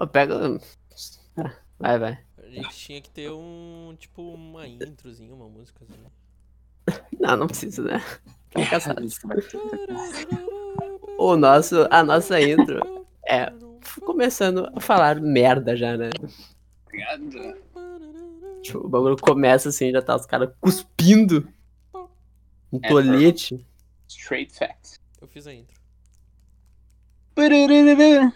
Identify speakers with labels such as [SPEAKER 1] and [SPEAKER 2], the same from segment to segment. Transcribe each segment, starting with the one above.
[SPEAKER 1] Ô, pega. ah, Vai, vai.
[SPEAKER 2] A gente tinha que ter um, tipo, uma introzinha, uma assim. músicazinha.
[SPEAKER 1] Não, não precisa, né? Tá cansado. O nosso, a nossa intro é começando a falar merda já, né?
[SPEAKER 3] Obrigado.
[SPEAKER 1] Tipo, o bagulho começa assim, já tá os caras cuspindo um
[SPEAKER 3] É,
[SPEAKER 1] tolete.
[SPEAKER 3] Straight facts.
[SPEAKER 2] Eu fiz a intro.
[SPEAKER 3] Parararara.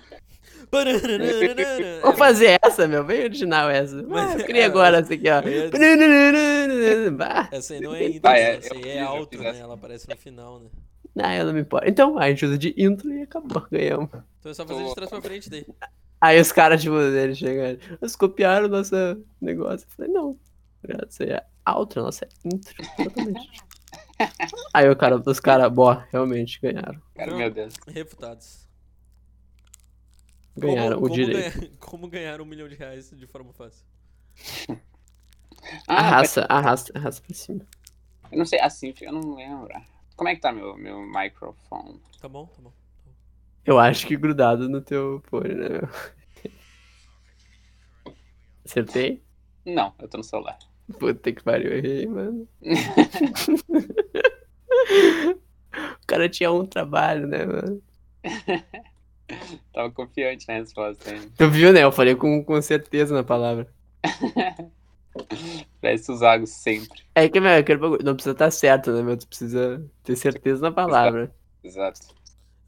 [SPEAKER 2] tá.
[SPEAKER 1] Vou fazer essa, meu, bem original essa.
[SPEAKER 2] Mas-
[SPEAKER 1] Ah, eu criei agora essa aqui, ó.
[SPEAKER 2] Eu ia-
[SPEAKER 1] Bah.
[SPEAKER 2] Essa aí não é intro,
[SPEAKER 3] Ah, é,
[SPEAKER 2] essa
[SPEAKER 3] eu
[SPEAKER 2] aí
[SPEAKER 3] fiz,
[SPEAKER 2] é
[SPEAKER 3] eu
[SPEAKER 2] alto,
[SPEAKER 3] fiz
[SPEAKER 2] né?
[SPEAKER 3] essa.
[SPEAKER 2] Ela aparece no final, né?
[SPEAKER 1] Não, eu não me importo. Então, a gente usa de intro e acabou, ganhamos.
[SPEAKER 2] Então é só fazer de trás pra frente daí.
[SPEAKER 1] Aí os caras, tipo, eles chegam, eles copiaram o nosso negócio. Eu falei, não, obrigado, isso aí é outro, nossa, é intro, totalmente. aí o cara, os caras, bó, realmente ganharam.
[SPEAKER 3] Cara,
[SPEAKER 2] Não.
[SPEAKER 3] meu Deus.
[SPEAKER 2] Refutados.
[SPEAKER 1] Ganharam
[SPEAKER 2] Como-
[SPEAKER 1] o
[SPEAKER 2] como
[SPEAKER 1] direito.
[SPEAKER 2] ganhar- como ganhar um milhão de reais de forma fácil?
[SPEAKER 3] Ah,
[SPEAKER 1] Arrasta, arrasta, arrasta pra cima.
[SPEAKER 3] eu não sei, assim, eu não lembro. Como é que tá meu, meu microfone?
[SPEAKER 2] Tá bom, tá bom.
[SPEAKER 1] Eu acho que grudado no teu fone, né, meu? Acertei?
[SPEAKER 3] Não, eu tô no celular.
[SPEAKER 1] Puta que pariu, errei, mano. o cara tinha um trabalho, né, mano?
[SPEAKER 3] Tava confiante na resposta ainda.
[SPEAKER 1] Tu viu, né? Eu falei com, com certeza na palavra.
[SPEAKER 3] Parece os águas sempre.
[SPEAKER 1] É que, meu, aquele bagulho não precisa estar certo, né, meu? Tu precisa ter certeza na palavra.
[SPEAKER 3] Exato.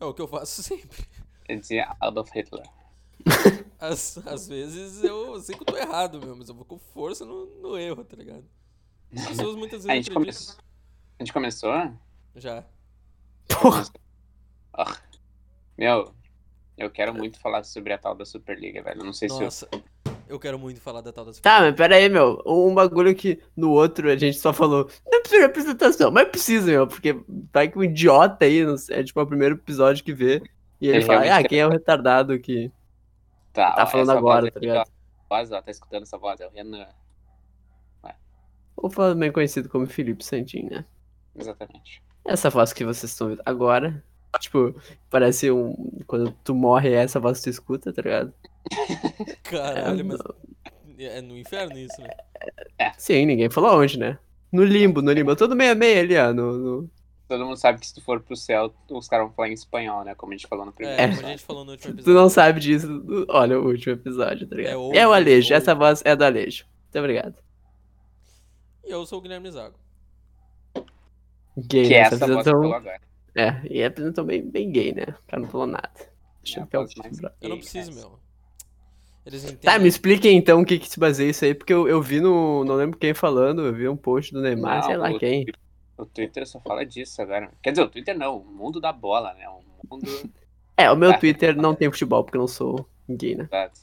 [SPEAKER 2] É o que eu faço sempre.
[SPEAKER 3] Eu dizia Adolf Hitler.
[SPEAKER 2] Às, às vezes eu sei que eu tô errado mesmo, mas eu vou com força no, no erro, tá ligado? As pessoas muitas
[SPEAKER 3] A
[SPEAKER 2] vezes
[SPEAKER 3] gente
[SPEAKER 2] acreditam.
[SPEAKER 3] começou. A gente começou?
[SPEAKER 2] Já.
[SPEAKER 1] Porra,
[SPEAKER 3] Ah. Meu, eu quero muito falar sobre a tal da Superliga, velho. Eu Não sei se eu.
[SPEAKER 2] É. Nossa, eu quero muito falar da tal das
[SPEAKER 1] tá, mas pera aí, meu. Um bagulho que no outro a gente só falou, não precisa de apresentação, mas precisa, meu, porque vai que um idiota aí, não sei, é tipo o primeiro episódio que vê, e ele
[SPEAKER 3] Ele
[SPEAKER 1] fala, ah,
[SPEAKER 3] realmente-
[SPEAKER 1] quem é o retardado que
[SPEAKER 3] Tá,
[SPEAKER 1] tá
[SPEAKER 3] ó,
[SPEAKER 1] falando
[SPEAKER 3] essa
[SPEAKER 1] agora,
[SPEAKER 3] voz
[SPEAKER 1] tá
[SPEAKER 3] aqui,
[SPEAKER 1] ligado?
[SPEAKER 3] ó, voz, ó, tá escutando essa voz? É o Renan.
[SPEAKER 1] Ou fala bem conhecido como Felipe Santin, né?
[SPEAKER 3] Exatamente.
[SPEAKER 1] Essa voz que vocês estão ouvindo agora, tipo, parece um. Quando tu morre, é essa voz que tu escuta, tá ligado?
[SPEAKER 2] Caralho, mas
[SPEAKER 1] não.
[SPEAKER 2] é no inferno isso, né?
[SPEAKER 1] Sim, ninguém falou onde, né? No limbo, no limbo. Eu tô no meia-meia ali, ó. No, no-
[SPEAKER 3] Todo mundo sabe que se tu for pro céu, os caras vão falar em espanhol, né? Como a gente falou no primeiro.
[SPEAKER 2] É, como a gente falou no último
[SPEAKER 1] Tu não
[SPEAKER 2] episódio.
[SPEAKER 1] sabe disso. do- Olha o último episódio, tá
[SPEAKER 2] É
[SPEAKER 1] ligado?
[SPEAKER 2] o-
[SPEAKER 1] É, o Alejo,
[SPEAKER 2] o-
[SPEAKER 1] essa voz é do Alejo. Muito obrigado.
[SPEAKER 2] E eu sou o Guilherme Zago.
[SPEAKER 1] Gay,
[SPEAKER 3] Que
[SPEAKER 1] né?
[SPEAKER 3] é
[SPEAKER 1] Essa
[SPEAKER 3] essa voz que falou
[SPEAKER 1] apresentação.
[SPEAKER 3] agora.
[SPEAKER 1] É, e apresentou bem, bem gay, né? O cara não falou nada. Deixa
[SPEAKER 3] É
[SPEAKER 1] eu
[SPEAKER 3] a
[SPEAKER 1] até o
[SPEAKER 3] voz mais
[SPEAKER 2] Eu não
[SPEAKER 3] gay,
[SPEAKER 2] preciso,
[SPEAKER 3] né?
[SPEAKER 2] meu. Eles entendem.
[SPEAKER 1] Tá, me expliquem então o que, que se baseia isso aí, porque eu, eu vi no. Não lembro quem falando, eu vi um post do Neymar,
[SPEAKER 3] Não,
[SPEAKER 1] sei lá
[SPEAKER 3] Ah, o- tipo.
[SPEAKER 1] quem.
[SPEAKER 3] O Twitter só fala disso agora. Quer dizer, o Twitter não, o mundo da bola, né? O mundo.
[SPEAKER 1] É, o meu
[SPEAKER 3] Ah.
[SPEAKER 1] Twitter não tem futebol, porque eu não sou gay, né?
[SPEAKER 3] Exato.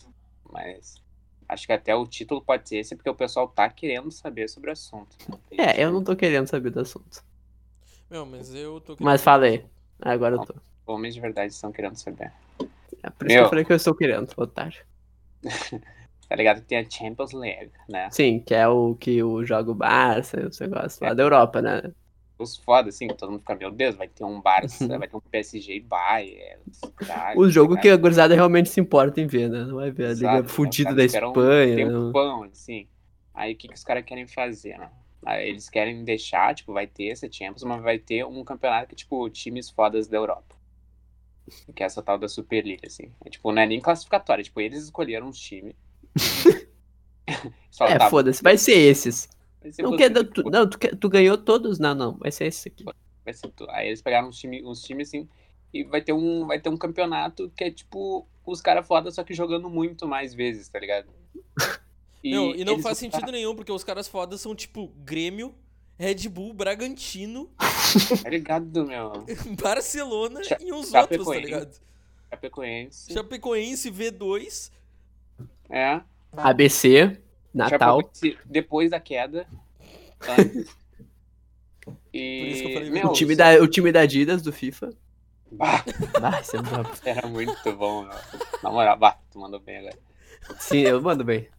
[SPEAKER 3] Mas acho que até o título pode ser esse, porque o pessoal tá querendo saber sobre o assunto. né? Tem gente
[SPEAKER 1] É, eu não tô querendo saber do assunto.
[SPEAKER 2] Meu, mas eu tô.
[SPEAKER 1] Mas fala aí. Agora eu tô.
[SPEAKER 3] que- Homens de verdade estão querendo saber.
[SPEAKER 1] É por isso que eu
[SPEAKER 3] Meu.
[SPEAKER 1] falei que eu estou querendo, otário.
[SPEAKER 3] Tá ligado que tem a Champions League, né?
[SPEAKER 1] Sim, que é o que o jogo Barça, os negócios lá da Europa, né?
[SPEAKER 3] Os foda, assim, que todo mundo fica, meu Deus, vai ter um Barça, vai ter um PSG e Bayern. caralho,
[SPEAKER 1] O jogo
[SPEAKER 3] tá
[SPEAKER 1] que a gurizada realmente se importa em ver, né? Não vai ver a
[SPEAKER 3] Exato,
[SPEAKER 1] liga
[SPEAKER 3] né?
[SPEAKER 1] fudida
[SPEAKER 3] Os
[SPEAKER 1] da
[SPEAKER 3] caras esperam
[SPEAKER 1] Espanha.
[SPEAKER 3] Tem um
[SPEAKER 1] né?
[SPEAKER 3] pão, assim. Aí o que, que os caras querem fazer, né? Aí, eles querem deixar, tipo, vai ter essa Champions, mas vai ter um campeonato que, tipo, times fodas da Europa. Que é essa tal da Superliga, assim. É, tipo, não é nem classificatória, tipo, eles escolheram um time. Só, tá,
[SPEAKER 1] É, foda-se, vai ser esses.
[SPEAKER 3] vai ser
[SPEAKER 1] Não,
[SPEAKER 3] você,
[SPEAKER 1] quer, não,
[SPEAKER 3] tipo,
[SPEAKER 1] tu, não, tu quer- tu ganhou todos? Não, não, vai ser esse aqui.
[SPEAKER 3] vai ser tu- Aí eles pegaram uns times uns time, assim, e vai ter, um, vai ter um campeonato que é, tipo, os caras fodas, só que jogando muito mais vezes, tá ligado?
[SPEAKER 2] Meu, e não
[SPEAKER 3] eles
[SPEAKER 2] faz
[SPEAKER 3] usaram-
[SPEAKER 2] sentido nenhum, porque os caras fodas são tipo Grêmio, Red Bull, Bragantino,
[SPEAKER 3] Tá ligado, meu?
[SPEAKER 2] Barcelona
[SPEAKER 3] Cha-
[SPEAKER 2] e uns outros, tá
[SPEAKER 3] Chapecoense.
[SPEAKER 2] ligado?
[SPEAKER 3] Chapecoense.
[SPEAKER 2] Chapecoense V2,
[SPEAKER 3] É.
[SPEAKER 1] ABC, Natal.
[SPEAKER 3] Chapecoense depois da queda. Antes. E.
[SPEAKER 2] Por isso que eu falei
[SPEAKER 3] meu,
[SPEAKER 1] O time, da, o time da Adidas do FIFA.
[SPEAKER 3] bah,
[SPEAKER 1] Ah, isso é brabo.
[SPEAKER 3] era muito bom, meu. Na moral, bah, tu mandou bem agora.
[SPEAKER 1] Sim, eu mando bem.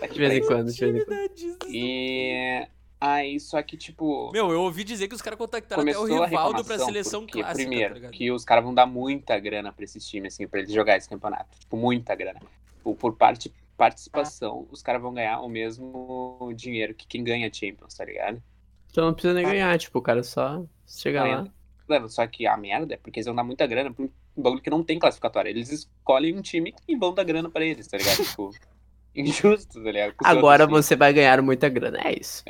[SPEAKER 3] Tá aqui
[SPEAKER 1] De vez em
[SPEAKER 3] pra
[SPEAKER 1] quando, de vez em
[SPEAKER 2] time
[SPEAKER 1] quando.
[SPEAKER 2] da Disney.
[SPEAKER 3] E. Aí, só que, tipo,
[SPEAKER 2] Meu, eu ouvi dizer que os caras contactaram
[SPEAKER 3] começou
[SPEAKER 2] até o
[SPEAKER 3] a
[SPEAKER 2] Rivaldo pra
[SPEAKER 3] reclamação,
[SPEAKER 2] seleção
[SPEAKER 3] porque,
[SPEAKER 2] clássica, tá
[SPEAKER 3] primeiro,
[SPEAKER 2] ligado?
[SPEAKER 3] que os caras vão dar muita grana pra esses times, assim, pra eles jogarem esse campeonato. Tipo, muita grana. Por, por parte, participação, os caras vão ganhar o mesmo dinheiro que quem ganha Champions, tá ligado?
[SPEAKER 1] Então não precisa nem ganhar, tipo, o cara só chegar
[SPEAKER 3] Ganha.
[SPEAKER 1] lá.
[SPEAKER 3] Mano, Só que a merda é porque eles vão dar muita grana pra um bagulho que não tem classificatória. Eles escolhem um time e vão dar grana pra eles, tá ligado? tipo, injusto, tá ligado? Com os
[SPEAKER 1] Agora
[SPEAKER 3] outros times.
[SPEAKER 1] você vai ganhar muita grana, é isso.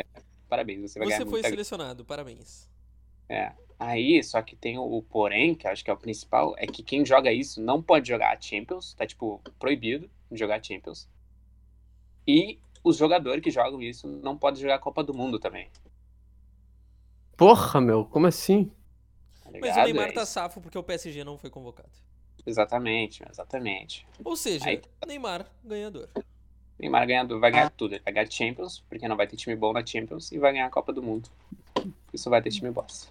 [SPEAKER 3] Parabéns, você vai
[SPEAKER 2] Você
[SPEAKER 3] ganhar
[SPEAKER 2] foi
[SPEAKER 3] muita grana.
[SPEAKER 2] selecionado, parabéns.
[SPEAKER 3] Aí, só que tem o, o porém, que eu acho que é o principal, é que quem joga isso não pode jogar a Champions, tá tipo proibido de jogar a Champions. E os jogadores que jogam isso não podem jogar a Copa do Mundo também.
[SPEAKER 1] Porra, meu, como assim?
[SPEAKER 3] Tá
[SPEAKER 2] Mas
[SPEAKER 3] ligado?
[SPEAKER 2] o Neymar
[SPEAKER 3] É
[SPEAKER 2] tá
[SPEAKER 3] isso.
[SPEAKER 2] safo porque o PSG não foi convocado.
[SPEAKER 3] Exatamente, exatamente.
[SPEAKER 2] Ou seja,
[SPEAKER 3] Aí- tá.
[SPEAKER 2] Neymar, ganhador.
[SPEAKER 3] O Neymar ganhador vai
[SPEAKER 1] Ah.
[SPEAKER 3] ganhar tudo. Ele vai ganhar Champions, porque não vai ter time bom na Champions, e vai ganhar a Copa do Mundo. Isso vai ter time bosta.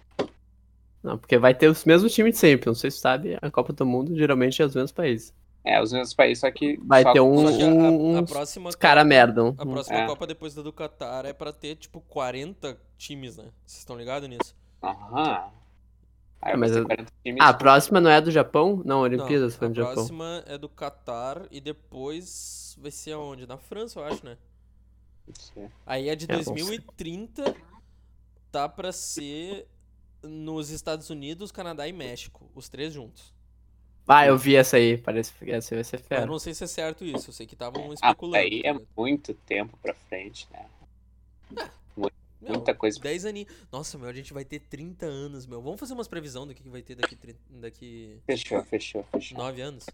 [SPEAKER 1] Não, porque vai ter os mesmos times de sempre. Não sei se sabe, a Copa do Mundo geralmente é os mesmos países.
[SPEAKER 3] É, os mesmos países, só que.
[SPEAKER 1] Vai
[SPEAKER 3] só
[SPEAKER 1] ter um-
[SPEAKER 2] Só que a- a, a
[SPEAKER 1] um-
[SPEAKER 2] próxima
[SPEAKER 1] Os caras merdam.
[SPEAKER 2] A próxima
[SPEAKER 3] É.
[SPEAKER 2] Copa depois da do Qatar é pra ter, tipo, 40 times, né? Vocês estão ligados nisso?
[SPEAKER 3] Aham.
[SPEAKER 1] É,
[SPEAKER 3] Aí vai
[SPEAKER 1] mas
[SPEAKER 3] ser
[SPEAKER 1] eu-
[SPEAKER 3] 40 times.
[SPEAKER 1] Ah, a próxima não é a do Japão? Não,
[SPEAKER 2] Não,
[SPEAKER 1] Olimpíadas foi
[SPEAKER 2] a
[SPEAKER 1] no Japão.
[SPEAKER 2] próxima é do Qatar e depois vai ser aonde? Na França, eu acho, né? Aí a de
[SPEAKER 1] É, não
[SPEAKER 2] 2030 tá pra ser nos Estados Unidos, Canadá e México, os três juntos.
[SPEAKER 1] Ah, eu vi essa aí. Parece que essa aí vai ser
[SPEAKER 2] Eu
[SPEAKER 1] fera.
[SPEAKER 2] não sei se é certo isso, eu sei que estavam
[SPEAKER 3] Ah,
[SPEAKER 2] especulando.
[SPEAKER 3] aí
[SPEAKER 2] tá
[SPEAKER 3] é
[SPEAKER 2] ligado?
[SPEAKER 3] muito tempo pra frente, né?
[SPEAKER 2] Meu,
[SPEAKER 3] muita coisa.
[SPEAKER 2] 10 aninhos. Nossa, meu, a gente vai ter 30 anos, meu. Vamos fazer umas previsão do que que vai ter daqui, tri- daqui
[SPEAKER 3] Fechou, fechou, fechou.
[SPEAKER 2] 9 anos?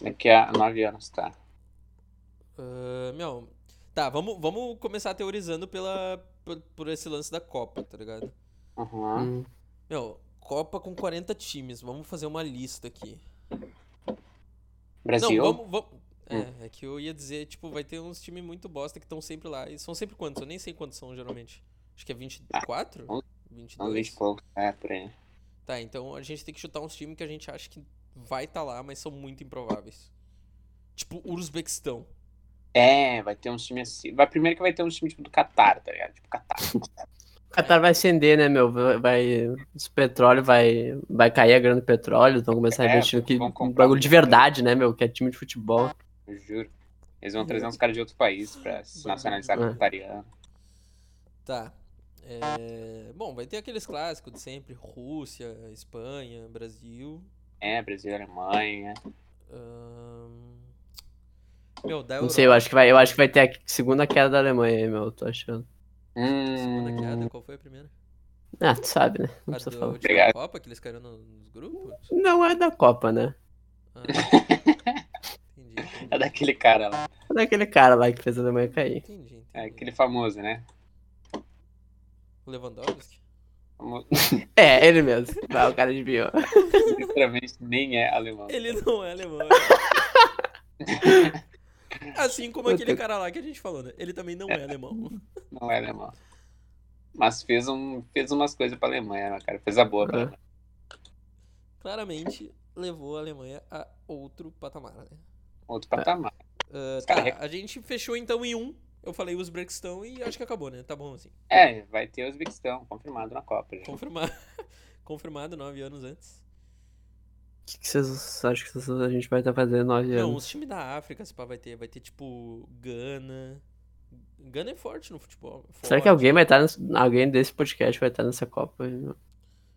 [SPEAKER 3] Daqui a nove anos, tá?
[SPEAKER 2] Ah, meu, tá, vamos, vamos começar teorizando pela, por, por esse lance da Copa, tá ligado?
[SPEAKER 3] Aham.
[SPEAKER 1] Hum.
[SPEAKER 2] Meu, Copa com 40 times, vamos fazer uma lista aqui.
[SPEAKER 3] Brasil? Hum.
[SPEAKER 2] Não, vamos, vamos... É, é que eu ia dizer, tipo, vai ter uns times muito bosta que estão sempre lá. E são sempre quantos? Eu nem sei quantos são, geralmente. Acho que é 24?
[SPEAKER 3] Ah, Uns 20 e
[SPEAKER 2] 22?
[SPEAKER 3] pouco, é, por aí.
[SPEAKER 2] Tá, então a gente tem que chutar uns times que a gente acha que vai estar lá, mas são muito improváveis. Tipo, Uzbequistão.
[SPEAKER 3] É, vai ter uns times assim. Vai, primeiro que vai ter uns times tipo do Qatar, tá ligado? Tipo, Qatar.
[SPEAKER 1] O Qatar vai acender, né, meu? Vai, vai- os petróleo vai, vai cair a grana do petróleo, vão começar a
[SPEAKER 3] É,
[SPEAKER 1] investir no que,
[SPEAKER 3] vão comprar
[SPEAKER 1] no bagulho de
[SPEAKER 3] muito.
[SPEAKER 1] verdade, né, meu? Que é time de futebol.
[SPEAKER 2] Ah,
[SPEAKER 3] eu juro. Eles
[SPEAKER 2] Uhum.
[SPEAKER 3] vão trazer uns caras de outro país pra se nacionalizar
[SPEAKER 1] É.
[SPEAKER 3] qatariano.
[SPEAKER 2] Tá. É, Bom, vai ter aqueles clássicos de sempre: Rússia, Espanha, Brasil.
[SPEAKER 3] É, Brasil, Alemanha.
[SPEAKER 2] ahn, Meu, da
[SPEAKER 1] Não sei, eu acho que vai, eu acho que vai ter a segunda queda da Alemanha aí, meu, eu tô achando.
[SPEAKER 2] Segunda
[SPEAKER 3] Hum.
[SPEAKER 2] queda, qual foi a primeira?
[SPEAKER 1] Ah, tu sabe, né? Não
[SPEAKER 2] A
[SPEAKER 1] precisa
[SPEAKER 2] da
[SPEAKER 1] falar.
[SPEAKER 2] última
[SPEAKER 3] Obrigado.
[SPEAKER 2] Copa, que eles caíram no- nos grupos?
[SPEAKER 1] Não é da Copa, né?
[SPEAKER 2] Ah. entendi,
[SPEAKER 3] É
[SPEAKER 2] entendi.
[SPEAKER 3] daquele cara lá.
[SPEAKER 1] É daquele cara lá que fez a Alemanha cair.
[SPEAKER 2] Entendi, entendi.
[SPEAKER 3] É aquele famoso, né?
[SPEAKER 2] Lewandowski?
[SPEAKER 3] Famoso-
[SPEAKER 1] É, ele mesmo. Vai, o cara desviou.
[SPEAKER 3] Literalmente nem é alemão.
[SPEAKER 2] Ele não é alemão. assim como aquele cara lá que a gente falou, né? Ele também não é alemão.
[SPEAKER 3] Não é alemão. Mas fez, um, fez umas coisas pra Alemanha, né, cara? Fez a boa pra
[SPEAKER 1] É.
[SPEAKER 3] Alemanha.
[SPEAKER 2] Claramente levou a Alemanha a outro patamar, né?
[SPEAKER 3] um Outro patamar.
[SPEAKER 2] Ah,
[SPEAKER 3] cara
[SPEAKER 2] tá, a gente fechou então em um. Eu falei os Breakstão e acho que acabou, né? Tá bom assim.
[SPEAKER 3] É, vai ter o Uzbequistão, confirmado na Copa. Já.
[SPEAKER 2] Confirmado, Confirmado nove anos antes.
[SPEAKER 1] O que, que vocês acham que vocês- a gente vai estar fazendo nove
[SPEAKER 2] Não,
[SPEAKER 1] anos?
[SPEAKER 2] os times da África, se pá, vai ter. Vai ter tipo Gana. Gana é forte no futebol. é
[SPEAKER 1] Será que
[SPEAKER 2] forte.
[SPEAKER 1] alguém vai estar nessa- alguém desse podcast vai estar nessa Copa aí, meu?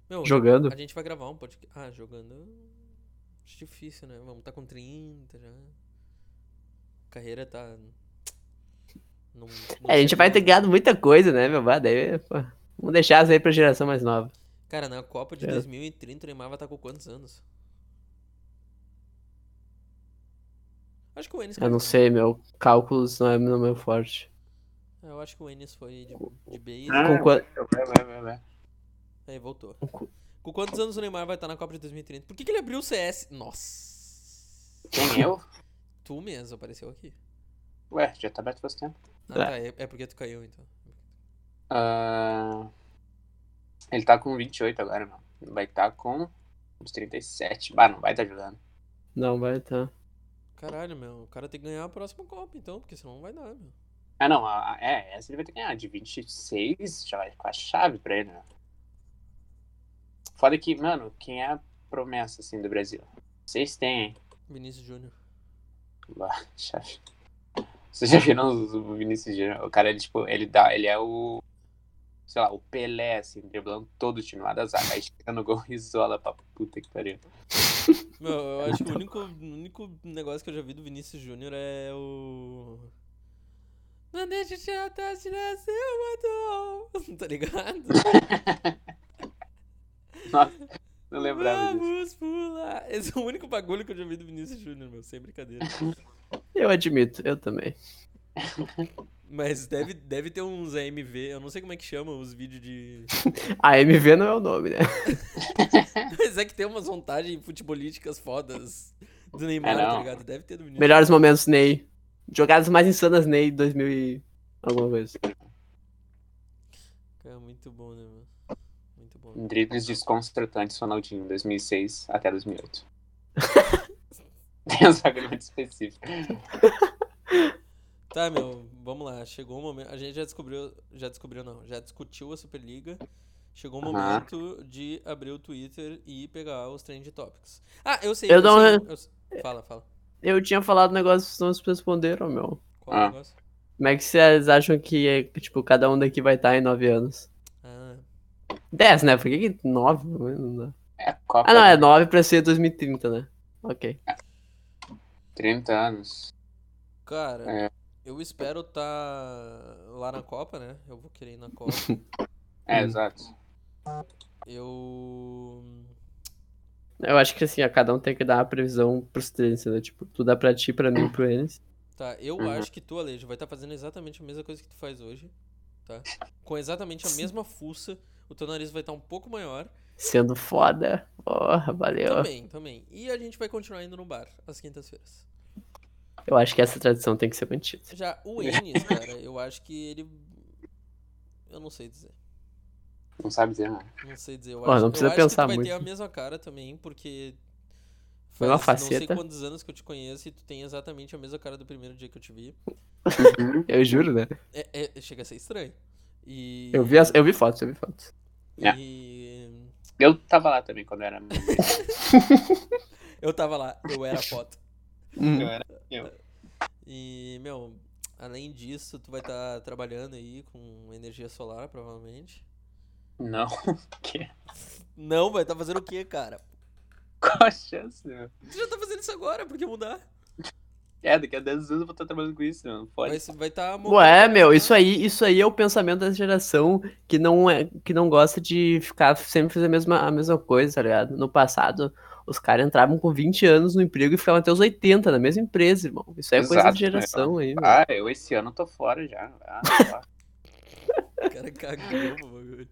[SPEAKER 2] Meu,
[SPEAKER 1] jogando?
[SPEAKER 2] A gente vai gravar um podcast. Ah, jogando. Acho difícil, né? Vamos tá com 30 já. Carreira tá. Não, não
[SPEAKER 1] É, a gente vai ter
[SPEAKER 2] chegou.
[SPEAKER 1] ganhado muita coisa, né, meu? Bah, Daí, pô, vamos deixar isso aí pra geração mais nova.
[SPEAKER 2] Cara, na Copa de
[SPEAKER 1] É.
[SPEAKER 2] 2030 o Neymar vai estar com quantos anos? Acho que o Enes. né?
[SPEAKER 1] Eu não sei, meu. Cálculos não é não é meu forte.
[SPEAKER 2] Eu acho que o Enes foi de, de base.
[SPEAKER 3] Ah.
[SPEAKER 1] Com qua-
[SPEAKER 3] Vai, vai, vai, vai.
[SPEAKER 2] Aí voltou.
[SPEAKER 1] cu-
[SPEAKER 2] Com quantos anos o Neymar vai estar na Copa de 2030? Por que, que ele abriu o CS? Nossa.
[SPEAKER 3] Quem
[SPEAKER 1] é?
[SPEAKER 3] eu?
[SPEAKER 2] Tu mesmo apareceu aqui.
[SPEAKER 3] Ué, já tá aberto faz tempo.
[SPEAKER 2] Ah,
[SPEAKER 1] É.
[SPEAKER 2] tá. É, é porque tu caiu então.
[SPEAKER 3] Ah, ele tá com 28 agora, mano. Vai tá com uns 37. Bah, não vai tá jogando.
[SPEAKER 1] Não, vai tá. estar.
[SPEAKER 2] Caralho, meu. O cara tem que ganhar a próxima Copa, então, porque senão não vai dar, meu.
[SPEAKER 3] Ah, não, a- a- é, essa ele vai ter que ganhar. De 26 já vai com a chave pra ele, né? Foda que, mano, quem é a promessa, assim, do Brasil? Vocês têm, hein?
[SPEAKER 2] Vinícius Júnior.
[SPEAKER 3] Bah, chave. Vocês já viram os- o Vinícius Júnior? O cara, ele, tipo, ele dá, ele é o, sei lá, o Pelé, assim, driblando todo o time lá da zaga. Aí chega no gol e isola pra puta que pariu.
[SPEAKER 2] Meu, eu acho que o único, o único negócio que eu já vi do Vinícius Júnior é o. Não deixa te atrás de nascer, matou! um Tá ligado?
[SPEAKER 3] Não lembrava disso.
[SPEAKER 2] Vamos pular! Esse é o único bagulho que eu já vi do Vinícius Júnior, meu, sem brincadeira.
[SPEAKER 1] Eu admito, eu também.
[SPEAKER 2] Mas deve, deve ter uns AMV, eu não sei como é que chama os vídeos de.
[SPEAKER 1] A MV não é o nome, né?
[SPEAKER 2] Mas é que tem umas montagens futebolísticas fodas do Neymar,
[SPEAKER 3] É, não.
[SPEAKER 2] tá ligado? Deve ter do Vinícius.
[SPEAKER 1] Melhores momentos Ney. Jogadas mais insanas Ney 2000 e alguma coisa.
[SPEAKER 2] Cara, muito bom, né, mano? Muito bom.
[SPEAKER 3] Dribles desconcertantes Ronaldinho, 2006 até 2008. Tem uns bagulho muito específico.
[SPEAKER 2] Tá, meu, vamos lá. Chegou o momento. A gente já descobriu. Já descobriu, não. Já discutiu a Superliga. Chegou o
[SPEAKER 3] Aham.
[SPEAKER 2] momento de abrir o Twitter e pegar os trend topics. Ah, eu sei.
[SPEAKER 1] Eu não-
[SPEAKER 2] sei, eu sei. Fala, fala.
[SPEAKER 1] Eu tinha falado um negócio, vocês não se responderam, meu.
[SPEAKER 2] Qual o
[SPEAKER 3] Ah.
[SPEAKER 2] negócio?
[SPEAKER 1] Como é que vocês acham que, é, que, tipo, cada um daqui vai estar em 9 anos?
[SPEAKER 2] Ah,
[SPEAKER 1] 10, né? Por que, que 9? Não dá.
[SPEAKER 3] É a Copa
[SPEAKER 1] Ah, não, é
[SPEAKER 3] de
[SPEAKER 1] 9 pra ser 2030, né? Ok.
[SPEAKER 3] 30 anos.
[SPEAKER 2] cara,
[SPEAKER 3] É.
[SPEAKER 2] eu espero tá lá na Copa, né? Eu vou querer ir na Copa.
[SPEAKER 3] É,
[SPEAKER 1] Hum.
[SPEAKER 3] exato.
[SPEAKER 2] Eu.
[SPEAKER 1] Eu acho que assim, ó, cada um tem que dar uma previsão pros três, né? Tipo, tu dá pra ti, pra mim, pro Enes.
[SPEAKER 2] Tá, eu
[SPEAKER 3] Uhum.
[SPEAKER 2] acho que tu, Alejo, vai estar fazendo exatamente a mesma coisa que tu faz hoje, tá? Com exatamente a mesma fuça, o teu nariz vai estar um pouco maior.
[SPEAKER 1] Sendo foda. Porra, valeu.
[SPEAKER 2] Também, também. E a gente vai continuar indo no bar às quintas-feiras.
[SPEAKER 1] Eu acho que essa tradição tem que ser mantida.
[SPEAKER 2] Já o Enes, cara, eu acho que ele. Eu não sei dizer.
[SPEAKER 3] Não sabe dizer, não.
[SPEAKER 2] Não sei dizer. Eu
[SPEAKER 1] Ó,
[SPEAKER 2] acho,
[SPEAKER 1] não precisa
[SPEAKER 2] eu acho
[SPEAKER 1] pensar
[SPEAKER 2] que tu vai
[SPEAKER 1] muito.
[SPEAKER 2] ter a mesma cara também, porque.
[SPEAKER 1] Foi uma
[SPEAKER 2] faz não
[SPEAKER 1] faceta.
[SPEAKER 2] sei quantos anos que eu te conheço e tu tem exatamente a mesma cara do primeiro dia que eu te vi. Uhum.
[SPEAKER 1] Eu juro, né?
[SPEAKER 2] É, é- chega a ser estranho. E.
[SPEAKER 1] Eu vi, as- eu vi fotos, eu vi fotos.
[SPEAKER 2] E.
[SPEAKER 3] Eu tava lá também quando era.
[SPEAKER 1] É.
[SPEAKER 2] Eu tava lá, eu era a foto.
[SPEAKER 1] Hum.
[SPEAKER 3] eu era
[SPEAKER 2] E, meu, além disso, tu vai estar trabalhando aí com energia solar, provavelmente.
[SPEAKER 3] Não. Que?
[SPEAKER 2] Não, vai estar fazendo o quê, cara?
[SPEAKER 3] Qual a chance, meu?
[SPEAKER 2] Tu já tá fazendo isso agora, por que mudar?
[SPEAKER 3] É, daqui a 10 anos eu vou estar trabalhando com isso, mano. Pode.
[SPEAKER 2] Vai estar vai tá
[SPEAKER 1] Ué,
[SPEAKER 2] montando-
[SPEAKER 1] meu, isso aí, isso aí é o pensamento da geração que não é, que não gosta de ficar sempre fazendo a mesma, a mesma coisa, tá ligado? No passado, os caras entravam com 20 anos no emprego e ficavam até os 80 na mesma empresa, irmão. Isso aí é coisa
[SPEAKER 3] Exato,
[SPEAKER 1] de geração aí, meu.
[SPEAKER 3] Ah, eu esse ano tô fora já. Ah, tá,
[SPEAKER 1] é-
[SPEAKER 2] O cara cagou pro bagulho.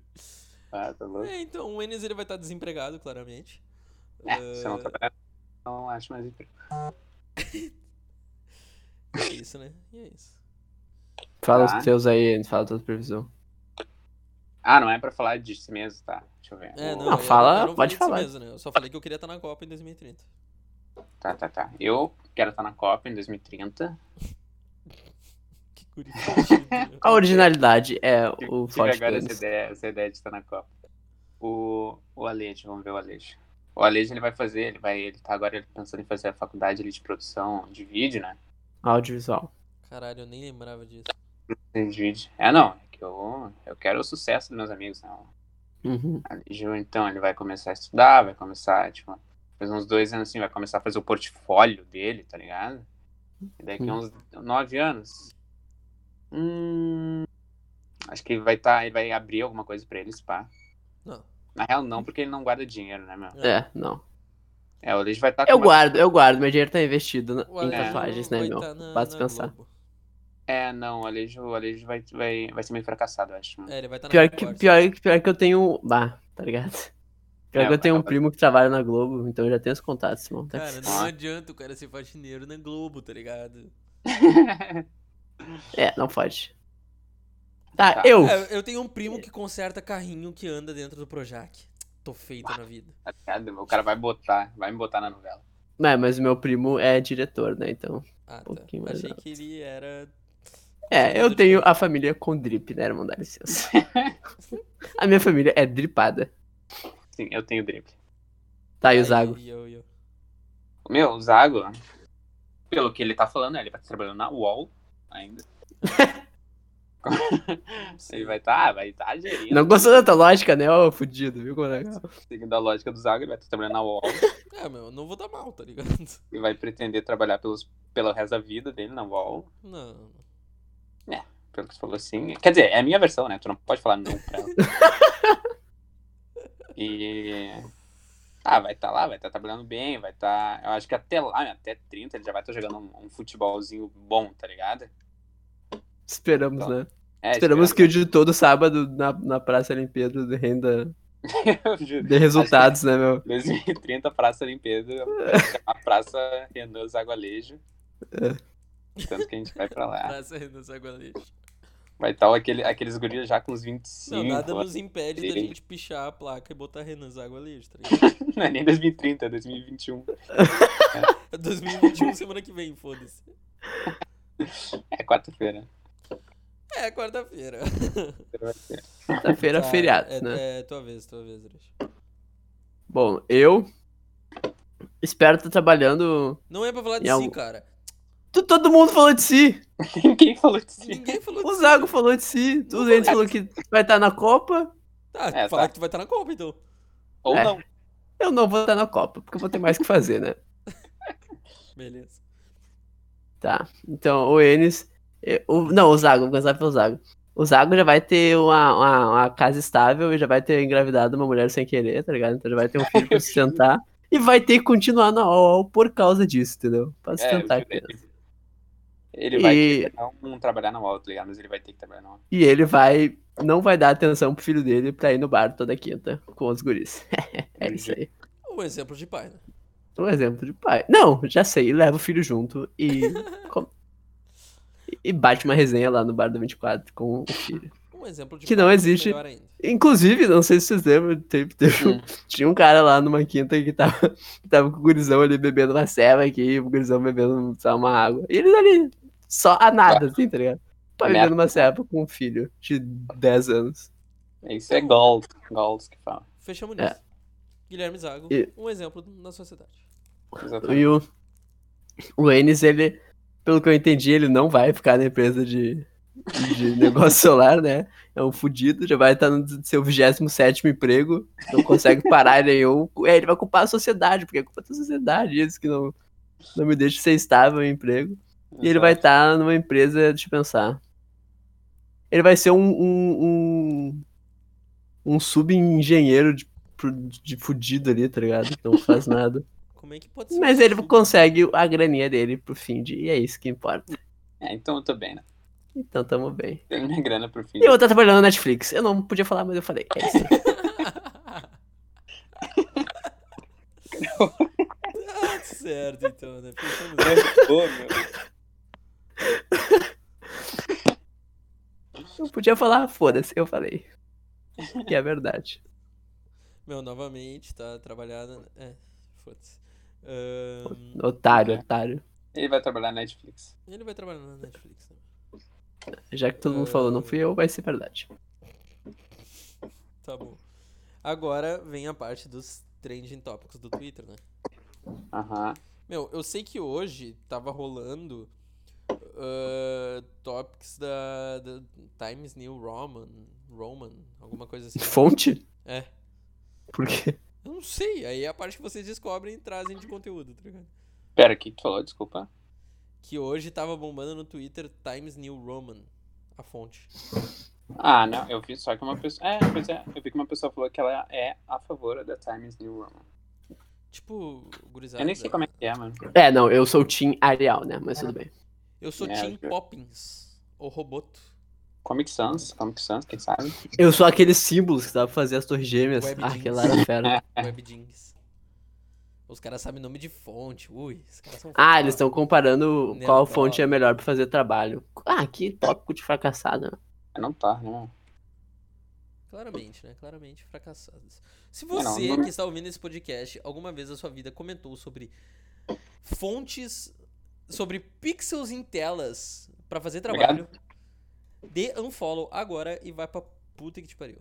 [SPEAKER 3] tá, tá louco.
[SPEAKER 2] É, então, o Enes ele vai estar desempregado, claramente.
[SPEAKER 3] É,
[SPEAKER 2] Ah,
[SPEAKER 3] se eu não trabalhar, não acho mais emprego.
[SPEAKER 2] é isso, né? E é isso.
[SPEAKER 1] Fala
[SPEAKER 3] tá.
[SPEAKER 1] os teus aí, fala a tua previsão.
[SPEAKER 3] Ah, não é pra falar de si mesmo, tá? Deixa eu ver.
[SPEAKER 2] É,
[SPEAKER 3] O-
[SPEAKER 2] não,
[SPEAKER 1] Ah,
[SPEAKER 2] eu-
[SPEAKER 1] fala,
[SPEAKER 2] eu não
[SPEAKER 1] pode
[SPEAKER 2] falei
[SPEAKER 1] falar.
[SPEAKER 2] disso mesmo, né? Eu só falei que eu queria estar na Copa em 2030.
[SPEAKER 3] Tá, tá, tá. Eu quero estar na Copa em 2030.
[SPEAKER 2] Que né? curioso.
[SPEAKER 1] A originalidade é o
[SPEAKER 3] Tive
[SPEAKER 1] forte
[SPEAKER 3] agora essa
[SPEAKER 1] deles.
[SPEAKER 3] ideia, essa ideia de estar na Copa. O, o Alejo, vamos ver o Alejo. O Alejo, ele vai fazer, ele vai, ele tá agora pensando em fazer a faculdade ali de produção de vídeo, né?
[SPEAKER 1] Audiovisual.
[SPEAKER 2] Caralho, eu nem lembrava disso.
[SPEAKER 3] De vídeo. É, não, é que eu, eu quero o sucesso dos meus amigos, né?
[SPEAKER 1] Uhum.
[SPEAKER 3] Ju, então, ele vai começar a estudar, vai começar, tipo, faz uns dois anos assim, vai começar a fazer o portfólio dele, tá ligado? E daqui a uns nove anos. Hum. Acho que ele vai tá, ele vai abrir alguma coisa pra eles, pá.
[SPEAKER 2] Não.
[SPEAKER 3] Na real, não, porque ele não guarda dinheiro, né, meu?
[SPEAKER 1] É, não.
[SPEAKER 3] É, o Leite vai estar
[SPEAKER 1] Eu guardo, eu guardo, meu dinheiro tá investido na- em
[SPEAKER 3] Alejo
[SPEAKER 1] tatuagens, né, meu?
[SPEAKER 2] tá
[SPEAKER 1] Basta pensar.
[SPEAKER 3] É, não, o Alejo, o Alejo vai, vai, vai ser meio fracassado, eu acho.
[SPEAKER 2] É, ele vai estar
[SPEAKER 1] Pior
[SPEAKER 2] na
[SPEAKER 1] que,
[SPEAKER 2] Record.
[SPEAKER 1] pior, que- pior que eu tenho. Bah, tá ligado? Pior
[SPEAKER 3] É,
[SPEAKER 1] que eu
[SPEAKER 3] vai
[SPEAKER 1] tenho um
[SPEAKER 3] acabar.
[SPEAKER 1] primo que trabalha na Globo, então eu já tenho os contatos, irmão. Tá
[SPEAKER 2] Cara, não adianta o cara ser faxineiro na Globo, tá ligado?
[SPEAKER 1] É, não pode. Tá,
[SPEAKER 3] Tá.
[SPEAKER 1] eu.
[SPEAKER 2] É, eu tenho um primo que conserta carrinho que anda dentro do Projac. Tô feito na vida.
[SPEAKER 3] Tá ligado? O cara vai botar, vai me botar na novela.
[SPEAKER 1] É, mas o meu primo é diretor, né? Então.
[SPEAKER 2] Ah, tá.
[SPEAKER 1] pouquinho mais
[SPEAKER 2] Achei
[SPEAKER 1] alto.
[SPEAKER 2] que ele era
[SPEAKER 1] É, eu tenho a família com drip, né, irmão? Dá licença. a minha família é dripada.
[SPEAKER 3] Sim, eu tenho drible.
[SPEAKER 1] Tá, e o Zago?
[SPEAKER 2] E eu, e eu.
[SPEAKER 3] Meu, o Zago, pelo que ele tá falando, ele vai estar trabalhando na UOL ainda. ele vai estar, vai estar gerindo.
[SPEAKER 1] Não gostou da tua lógica, né? Ô, fudido, viu como é legal?
[SPEAKER 3] Seguindo a lógica do Zago, ele vai estar trabalhando na UOL
[SPEAKER 2] É, meu, eu não vou dar mal, tá ligado?
[SPEAKER 3] e vai pretender trabalhar pelos, pelo resto da vida dele na UOL.
[SPEAKER 2] Não.
[SPEAKER 3] Pelo que você falou assim. Quer dizer, é a minha versão, né? Tu não pode falar não pra ela. e. Ah, vai estar lá, vai estar trabalhando bem, vai estar. Eu acho que até lá, né, até 30, ele já vai estar jogando um, um futebolzinho bom, tá ligado?
[SPEAKER 1] Esperamos, né?
[SPEAKER 3] É,
[SPEAKER 1] Esperamos que o de todo sábado na, na Praça Limpedro renda
[SPEAKER 3] que juro.
[SPEAKER 1] dê resultados, né, meu?
[SPEAKER 3] 2030, Praça Limpeza, a Praça Renan Zagualejo. Tanto que a gente vai pra
[SPEAKER 1] Ah.
[SPEAKER 3] lá.
[SPEAKER 2] Praça Renan é Zagualete.
[SPEAKER 3] Vai estar aquele, aqueles guris já com uns 25.
[SPEAKER 2] Não, nada
[SPEAKER 3] lá.
[SPEAKER 2] nos impede da
[SPEAKER 3] Sim.
[SPEAKER 2] gente pichar a placa e botar Renan Zagualete, tá ligado?
[SPEAKER 3] Não é nem 2030, é 2021.
[SPEAKER 2] É 2021, semana que vem, foda-se.
[SPEAKER 3] É quarta-feira.
[SPEAKER 2] É, quarta-feira.
[SPEAKER 1] Quarta-feira,
[SPEAKER 2] Tá,
[SPEAKER 1] feriado,
[SPEAKER 2] é,
[SPEAKER 1] né?
[SPEAKER 2] É, tua vez, tua vez, Dresh.
[SPEAKER 1] Bom, eu espero estar trabalhando.
[SPEAKER 2] Não é pra falar de
[SPEAKER 1] Em
[SPEAKER 2] si,
[SPEAKER 1] algum-
[SPEAKER 2] cara.
[SPEAKER 1] Tu, todo mundo falou de si.
[SPEAKER 3] Quem falou disso?
[SPEAKER 2] Ninguém falou de
[SPEAKER 1] O
[SPEAKER 2] si.
[SPEAKER 1] Zago falou de si. Tu gente falou que vai estar na Copa.
[SPEAKER 2] Tá,
[SPEAKER 3] É,
[SPEAKER 2] falar
[SPEAKER 3] tá.
[SPEAKER 2] que tu vai estar na Copa, então.
[SPEAKER 3] Ou
[SPEAKER 1] É.
[SPEAKER 3] não.
[SPEAKER 1] Eu não vou estar na Copa, porque eu vou ter mais o que fazer, né?
[SPEAKER 2] Beleza.
[SPEAKER 1] Tá. Então, o Enes. eh, o- não, o Zago, vou começar pelo Zago. O Zago já vai ter uma, uma, uma casa estável e já vai ter engravidado uma mulher sem querer, tá ligado? Então já vai ter um filho pra sustentar. E vai ter que continuar na OL por causa disso, entendeu? Pra
[SPEAKER 3] É,
[SPEAKER 1] sustentar
[SPEAKER 3] eu
[SPEAKER 1] a criança.
[SPEAKER 3] jurei. Ele vai
[SPEAKER 1] E-
[SPEAKER 3] querer não, não trabalhar na UOL, tá ligado? Mas ele vai ter que trabalhar na UOL.
[SPEAKER 1] E ele vai. Não vai dar atenção pro filho dele pra ir no bar toda quinta com os guris. é isso aí.
[SPEAKER 2] Um exemplo de pai, né?
[SPEAKER 1] Um exemplo de pai. Não, já sei, leva o filho junto e. com- E bate uma resenha lá no bar do 24 com o filho.
[SPEAKER 2] Um exemplo de
[SPEAKER 1] Que
[SPEAKER 2] pai.
[SPEAKER 1] não existe.
[SPEAKER 2] Melhor ainda.
[SPEAKER 1] Inclusive, não sei se vocês lembram, teve, teve um-
[SPEAKER 3] Hum.
[SPEAKER 1] tinha um cara lá numa quinta que tava, que tava com o gurizão ali bebendo uma ceva aqui, o gurizão bebendo sei lá, uma água. E eles ali, só a nada, assim, tá ligado? Tá
[SPEAKER 3] Merda.
[SPEAKER 1] bebendo uma ceva com um filho de 10 anos.
[SPEAKER 3] Isso é gold. Gold que fala.
[SPEAKER 2] Fechamos
[SPEAKER 1] É.
[SPEAKER 2] nisso. Guilherme Zago,
[SPEAKER 1] E-
[SPEAKER 2] um exemplo na sociedade.
[SPEAKER 3] Exatamente.
[SPEAKER 1] E o, o Enes, ele, pelo que eu entendi, ele não vai ficar na empresa de, de negócio solar, né? É um fudido, já vai estar no seu 27 emprego, não consegue parar em nenhum. É, ele vai culpar a sociedade, porque é culpa da sociedade, isso que não, não me deixa ser estável em emprego. E ele vai estar numa empresa, deixa eu pensar. Ele vai ser um. um, um, um sub-engenheiro de, de fudido ali, tá ligado? Que não faz nada.
[SPEAKER 2] Como é que pode ser?
[SPEAKER 1] Mas ele
[SPEAKER 2] possível?
[SPEAKER 1] consegue a graninha dele pro fim de. E é isso que importa.
[SPEAKER 3] É, então eu tô bem, né?
[SPEAKER 1] Então tamo bem.
[SPEAKER 3] Tenho minha grana pro fim.
[SPEAKER 1] E eu tô trabalhando na Netflix. Eu não podia falar, mas eu falei. É isso. aí.
[SPEAKER 2] tá certo, então, né? Fechamos
[SPEAKER 3] Pô, meu.
[SPEAKER 1] Eu podia falar, foda-se, eu falei. Que é verdade.
[SPEAKER 2] Meu, novamente, tá trabalhada. É, foda-se. Ahn, É.
[SPEAKER 1] Otário, otário.
[SPEAKER 3] Ele vai trabalhar na Netflix.
[SPEAKER 2] ele vai trabalhar na Netflix. Né?
[SPEAKER 1] Já que todo
[SPEAKER 2] É.
[SPEAKER 1] mundo falou não fui eu, vai ser verdade.
[SPEAKER 2] Tá bom. Agora vem a parte dos trending topics do Twitter, né?
[SPEAKER 3] Aham.
[SPEAKER 2] Meu, eu sei que hoje tava rolando ah, topics da, da Times New Roman, Roman, alguma coisa assim.
[SPEAKER 1] Fonte?
[SPEAKER 2] É.
[SPEAKER 1] Por quê?
[SPEAKER 2] Eu não sei, aí é a parte que vocês descobrem e trazem de conteúdo, tá ligado?
[SPEAKER 3] Pera, o que tu falou? Desculpa.
[SPEAKER 2] Que hoje tava bombando no Twitter Times New Roman, a fonte.
[SPEAKER 3] Ah, não. Eu vi só que uma pessoa. É, pois é. Eu vi que uma pessoa falou que ela é a favor da Times New Roman.
[SPEAKER 2] Tipo, gurizada.
[SPEAKER 3] Eu nem sei como é que é, mano.
[SPEAKER 1] É, não, eu sou o Team Arial, né? Mas tudo bem.
[SPEAKER 2] Eu sou
[SPEAKER 3] É,
[SPEAKER 2] Tim
[SPEAKER 3] eu-
[SPEAKER 2] Poppins, o roboto.
[SPEAKER 3] Comic Sans, Comic Sans, quem sabe?
[SPEAKER 1] Eu sou aqueles símbolos que dá pra fazer as torres gêmeas.
[SPEAKER 2] Web
[SPEAKER 1] Ah,
[SPEAKER 2] Jeans.
[SPEAKER 1] aquele lá era fera.
[SPEAKER 3] É.
[SPEAKER 2] Webdings. Os caras sabem nome de fonte, ui. Os caras são
[SPEAKER 1] Ah,
[SPEAKER 2] foda.
[SPEAKER 1] eles estão comparando qual
[SPEAKER 2] Neandertal.
[SPEAKER 1] fonte é melhor pra fazer trabalho. Ah, que tópico de fracassada.
[SPEAKER 3] Não tá, né?
[SPEAKER 2] Claramente, né? Claramente fracassados. Se
[SPEAKER 3] É, Não,
[SPEAKER 2] você
[SPEAKER 3] não-
[SPEAKER 2] que está ouvindo esse podcast, alguma vez na sua vida comentou sobre fontes, sobre pixels em telas pra fazer trabalho, Dê unfollow agora e vai pra puta que te pariu.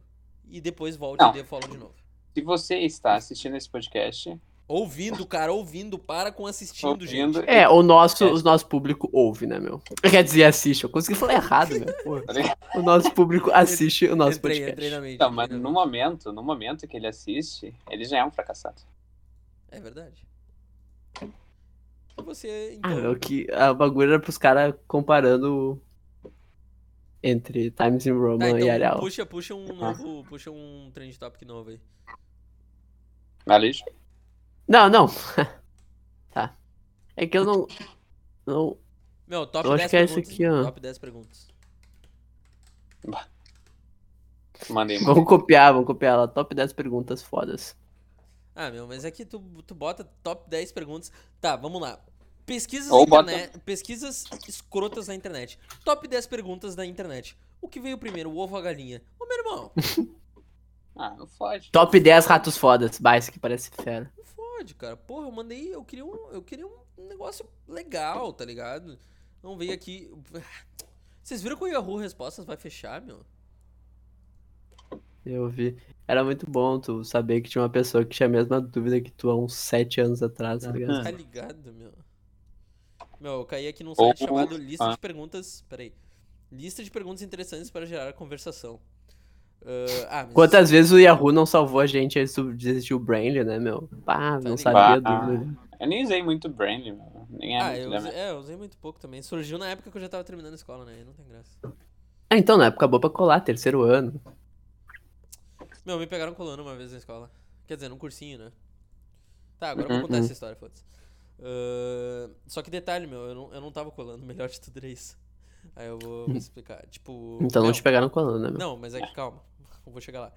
[SPEAKER 2] E depois volte
[SPEAKER 3] Não.
[SPEAKER 2] e dê follow de novo.
[SPEAKER 3] Se você está assistindo esse podcast,
[SPEAKER 2] Ouvindo, cara, ouvindo. Para com assistindo, gente.
[SPEAKER 3] ouvindo,
[SPEAKER 1] É, o nosso, o nosso público ouve, né, meu? Quer dizer, assiste. Eu consegui falar errado, meu. Porra. O nosso público assiste o nosso
[SPEAKER 2] entrei,
[SPEAKER 1] podcast.
[SPEAKER 2] entrei na mente.
[SPEAKER 3] Então, mas
[SPEAKER 1] né?
[SPEAKER 2] entrei na
[SPEAKER 3] no
[SPEAKER 2] mente.
[SPEAKER 3] momento, no momento que ele assiste, ele já é um fracassado.
[SPEAKER 2] É verdade. E você,
[SPEAKER 1] Ah,
[SPEAKER 2] então,
[SPEAKER 1] meu, que a bagulho era pros caras comparando entre Times in Roman
[SPEAKER 2] Tá, então
[SPEAKER 1] e Arial.
[SPEAKER 2] puxa, puxa um novo, puxa um trend topic novo aí.
[SPEAKER 3] Não é lixo?
[SPEAKER 1] Não, não. tá. É que eu não. Não.
[SPEAKER 2] Meu, top
[SPEAKER 1] Eu acho
[SPEAKER 2] 10
[SPEAKER 1] que é esse
[SPEAKER 2] perguntas.
[SPEAKER 1] aqui, ó.
[SPEAKER 2] Top 10 perguntas.
[SPEAKER 3] Mandei mal.
[SPEAKER 1] Vamos copiar, vamos copiar ela. Top 10 perguntas fodas.
[SPEAKER 2] Ah, meu, mas é que tu, tu bota top 10 perguntas. Tá, vamos lá. Pesquisas,
[SPEAKER 3] Ou
[SPEAKER 2] na internet, pesquisas escrotas na internet. Top 10 perguntas da internet. O que veio primeiro, o ovo ou a galinha? Ô, meu irmão,
[SPEAKER 3] Ah, não fode.
[SPEAKER 1] Top 10 ratos fodas. Bah, esse que parece fera.
[SPEAKER 2] não fode, cara. Porra, eu mandei. Eu queria um, eu queria um negócio legal, tá ligado? Não veio aqui. Vocês viram que o Yahoo Respostas vai fechar, meu?
[SPEAKER 1] Eu vi. Era muito bom tu saber que tinha uma pessoa que tinha a mesma dúvida que tu há uns 7 anos atrás, tá ligado?
[SPEAKER 2] Tá ligado, meu? Meu, eu caí aqui num
[SPEAKER 3] Ou-
[SPEAKER 2] site chamado Lista
[SPEAKER 3] ah.
[SPEAKER 2] de Perguntas. Peraí. Lista de perguntas interessantes para gerar conversação. Ah, ah, mas
[SPEAKER 1] Quantas vezes o Yahoo não salvou a gente antes de desistir o Brainly, né, meu? Pá, não
[SPEAKER 2] ligado.
[SPEAKER 1] sabia a
[SPEAKER 3] Bah.
[SPEAKER 1] dúvida.
[SPEAKER 3] Eu nem usei muito Brainly, meu. Nem é
[SPEAKER 2] Ah,
[SPEAKER 3] muito
[SPEAKER 2] eu
[SPEAKER 3] da
[SPEAKER 2] usei,
[SPEAKER 3] minha-
[SPEAKER 2] é, eu usei muito pouco também. Surgiu na época que eu já tava terminando a escola, né? Aí Não tem graça.
[SPEAKER 1] Ah, então, na época boa pra colar, terceiro ano.
[SPEAKER 2] Meu, me pegaram colando uma vez na escola. Quer dizer, num cursinho, né? Tá, agora eu vou
[SPEAKER 3] Uhum.
[SPEAKER 2] contar essa história, foda-se. Ah, só que detalhe, meu, eu não, eu não tava colando, melhor de tudo era isso. Aí eu vou, vou explicar. Tipo.
[SPEAKER 1] Hum. Então não
[SPEAKER 2] meu,
[SPEAKER 1] te pegaram colando, né, meu?
[SPEAKER 2] Não, mas é que calma. Eu vou chegar lá.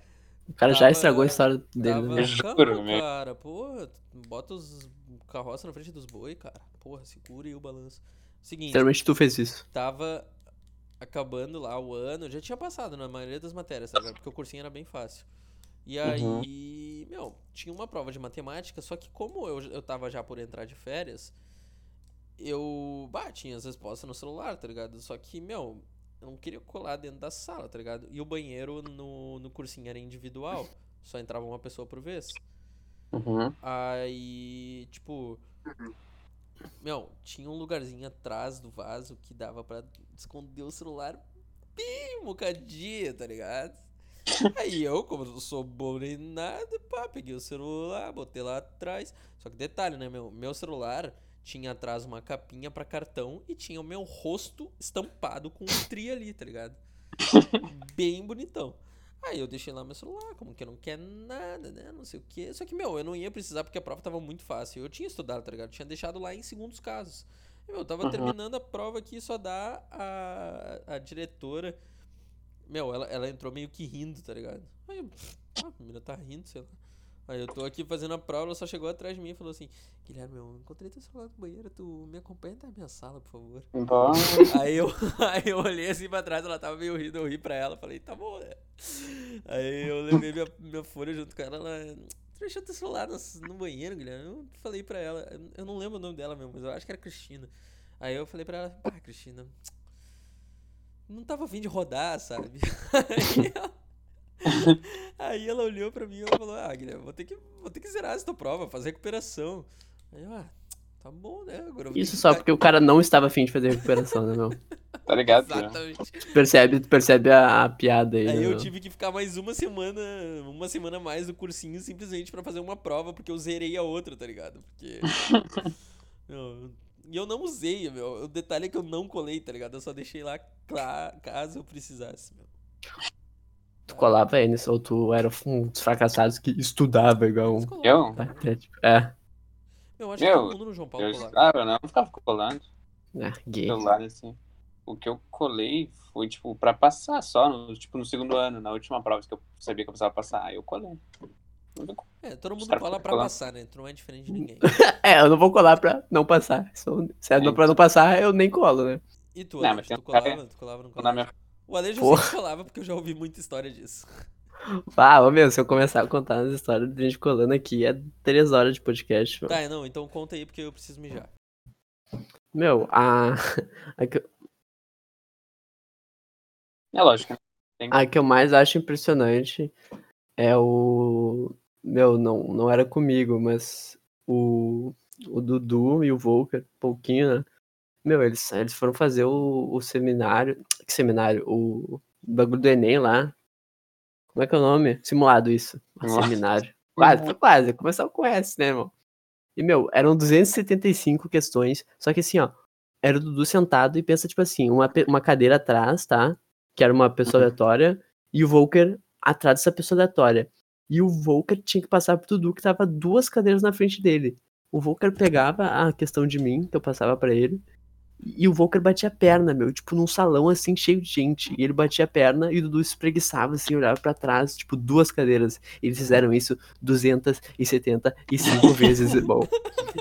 [SPEAKER 1] O cara já
[SPEAKER 2] Tava-
[SPEAKER 1] estragou a história dele,
[SPEAKER 2] Tava...
[SPEAKER 1] né?
[SPEAKER 2] Calma,
[SPEAKER 3] Juro, meu.
[SPEAKER 2] cara. Pô, bota os carroça na frente dos boi, cara. Porra, segura aí o balanço. Seguinte,
[SPEAKER 1] Literalmente tu fez isso.
[SPEAKER 2] tava acabando lá o ano, já tinha passado na maioria das matérias, tá ligado? Porque o cursinho era bem fácil. E aí, meu, tinha uma prova de matemática, só que como eu, eu tava já por entrar de férias, eu, bah, tinha as respostas no celular, tá ligado? Só que, meu, eu não queria colar dentro da sala, tá ligado? E o banheiro no, no cursinho era individual, só entrava uma pessoa por vez.
[SPEAKER 3] Uhum.
[SPEAKER 2] Aí, tipo. Meu, tinha um lugarzinho atrás do vaso que dava pra esconder o celular bem um bocadinho, tá ligado? Aí eu, como não sou bom nem nada, pá, peguei o celular, botei lá atrás. Só que detalhe, né, meu? Meu celular tinha atrás uma capinha pra cartão e tinha o meu rosto estampado com um tri ali, tá ligado? Bem bonitão. Aí eu deixei lá meu celular, como que eu não quer nada, né? Não sei o quê. Só que, meu, eu não ia precisar porque a prova tava muito fácil. Eu tinha estudado, tá ligado? Eu tinha deixado lá em segundos casos. E, meu, eu tava
[SPEAKER 3] Uhum.
[SPEAKER 2] terminando a prova aqui, só dá a, a diretora. Meu, ela, ela entrou meio que rindo, tá ligado? Aí eu, pff, ah, a menina tá rindo, sei lá. Aí eu tô aqui fazendo a prova, ela só chegou atrás de mim e falou assim: Guilherme, eu encontrei teu celular no banheiro, tu me acompanha até a minha sala, por favor.
[SPEAKER 3] Bom,
[SPEAKER 2] Aí eu, aí eu olhei assim pra trás, ela tava meio rindo, eu ri pra ela, falei, tá bom, né? Aí eu levei minha, minha folha junto com ela, ela. Tu deixou teu celular no, no banheiro, Guilherme? Eu falei pra ela, eu- eu não lembro o nome dela mesmo, mas eu acho que era Cristina. Aí eu falei pra ela, ah, Cristina, não tava afim de rodar, sabe? Aí ela, aí ela olhou pra mim e ela falou, ah, Guilherme, vou ter que, vou ter que zerar essa tua prova, fazer recuperação. Aí eu, ah, tá bom, né? Agora eu vou ter
[SPEAKER 1] Isso
[SPEAKER 2] que
[SPEAKER 1] só
[SPEAKER 2] ficar-
[SPEAKER 1] porque o cara não estava afim de fazer recuperação, né, meu?
[SPEAKER 3] tá ligado?
[SPEAKER 2] Exatamente.
[SPEAKER 1] Tu percebe, tu percebe a, a piada aí, né,
[SPEAKER 2] Aí É, eu
[SPEAKER 1] meu?
[SPEAKER 2] tive que ficar mais uma semana, uma semana a mais no cursinho simplesmente pra fazer uma prova, porque eu zerei a outra, tá ligado? Porque. Não, E eu não usei, meu. O detalhe é que eu não colei, tá ligado? Eu só deixei lá cla- caso eu precisasse, meu.
[SPEAKER 1] Tu colava eles, ou tu era um dos fracassados que estudava igual um
[SPEAKER 2] Mas colava.
[SPEAKER 3] Eu?
[SPEAKER 1] patético. É,
[SPEAKER 2] Meu, acho que
[SPEAKER 3] Eu-
[SPEAKER 2] todo mundo no João Paulo
[SPEAKER 3] Eu
[SPEAKER 2] colava.
[SPEAKER 3] ah, eu não ficava colando
[SPEAKER 1] é, gay.
[SPEAKER 3] celular assim. O que eu colei foi, tipo, pra passar só, no, tipo, no segundo ano, na última prova que eu sabia que eu precisava passar, aí eu colei.
[SPEAKER 2] É, todo mundo
[SPEAKER 3] Os caras
[SPEAKER 2] cola pra
[SPEAKER 3] colando.
[SPEAKER 2] passar, né? Tu não é diferente de ninguém.
[SPEAKER 1] É, eu não vou colar pra não passar. Se, eu, se é
[SPEAKER 3] É.
[SPEAKER 1] pra não passar, eu nem colo, né?
[SPEAKER 2] E tu,
[SPEAKER 3] Não,
[SPEAKER 2] Alejo?
[SPEAKER 3] mas tem
[SPEAKER 2] tu
[SPEAKER 3] um cara-
[SPEAKER 2] colava? Tu colava, não
[SPEAKER 3] Na
[SPEAKER 2] colava?
[SPEAKER 3] minha...
[SPEAKER 2] O Alejo eu
[SPEAKER 1] Porra.
[SPEAKER 2] sempre colava, porque eu já ouvi muita história disso.
[SPEAKER 1] Ah, ô, meu, se eu começar a contar as histórias de gente colando aqui, é três horas de podcast, meu.
[SPEAKER 2] Tá, não, então conta aí, porque eu preciso mijar.
[SPEAKER 1] Meu, a. a que-
[SPEAKER 3] É lógico. né?
[SPEAKER 1] A que eu mais acho impressionante é o. Meu, não, não era comigo, mas o, o Dudu e o Volker, pouquinho, né? Meu, eles, eles foram fazer o, o seminário. Que seminário? O bagulho do Enem lá. Como é que é o nome? Simulado isso. Ah,
[SPEAKER 3] Nossa.
[SPEAKER 1] Seminário. Quase, foi quase. Começou com S, né, irmão? E, meu, eram 275 questões. Só que assim, ó. Era o Dudu sentado e pensa, tipo assim, uma, pe- uma cadeira atrás, tá? Que era uma pessoa aleatória. E o Volker atrás dessa pessoa aleatória. E o Volker tinha que passar pro Dudu, que tava duas cadeiras na frente dele. O Volker pegava a questão de mim, que eu passava pra ele. E o Volker batia a perna, meu, tipo, num salão assim, cheio de gente. E ele batia a perna e o Dudu espreguiçava, assim, olhava pra trás, tipo, duas cadeiras. Eles fizeram isso 275 vezes, irmão.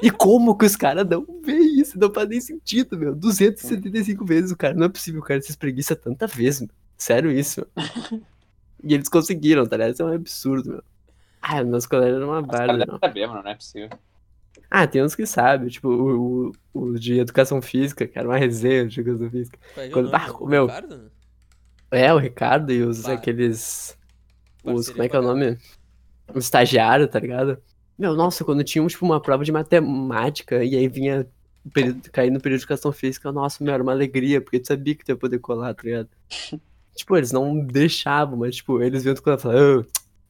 [SPEAKER 1] E como que os caras não veem isso? Não faz nem sentido, meu. 275 vezes o cara. Não é possível, o cara se espreguiça tanta vez, meu. Sério isso. E eles conseguiram, tá ligado? Isso é um absurdo, meu. Ah, meus colegas eram uma
[SPEAKER 3] Os caras
[SPEAKER 1] barba,
[SPEAKER 3] devem
[SPEAKER 1] não.
[SPEAKER 3] saber, mano, não é possível.
[SPEAKER 1] Ah, tem uns que sabem, tipo, o, o- o de educação física, que era uma resenha de educação física.
[SPEAKER 2] Qual é que é o
[SPEAKER 1] Quando-
[SPEAKER 2] nome
[SPEAKER 1] Ah,
[SPEAKER 2] do
[SPEAKER 1] meu.
[SPEAKER 2] Ricardo?
[SPEAKER 1] É, o Ricardo e os
[SPEAKER 2] Bah.
[SPEAKER 1] aqueles. Os,
[SPEAKER 2] Parceria
[SPEAKER 1] como é que é o
[SPEAKER 2] pra caralho.
[SPEAKER 1] nome? Os estagiários, tá ligado? Meu, nossa, quando tinha tipo, uma prova de matemática e aí vinha o período, cair no período de educação física, nossa, meu, era uma alegria, porque tu sabia que tu ia poder colar, tá ligado? tipo, eles não deixavam, mas tipo, eles vinham tu colar e falavam, "Ô,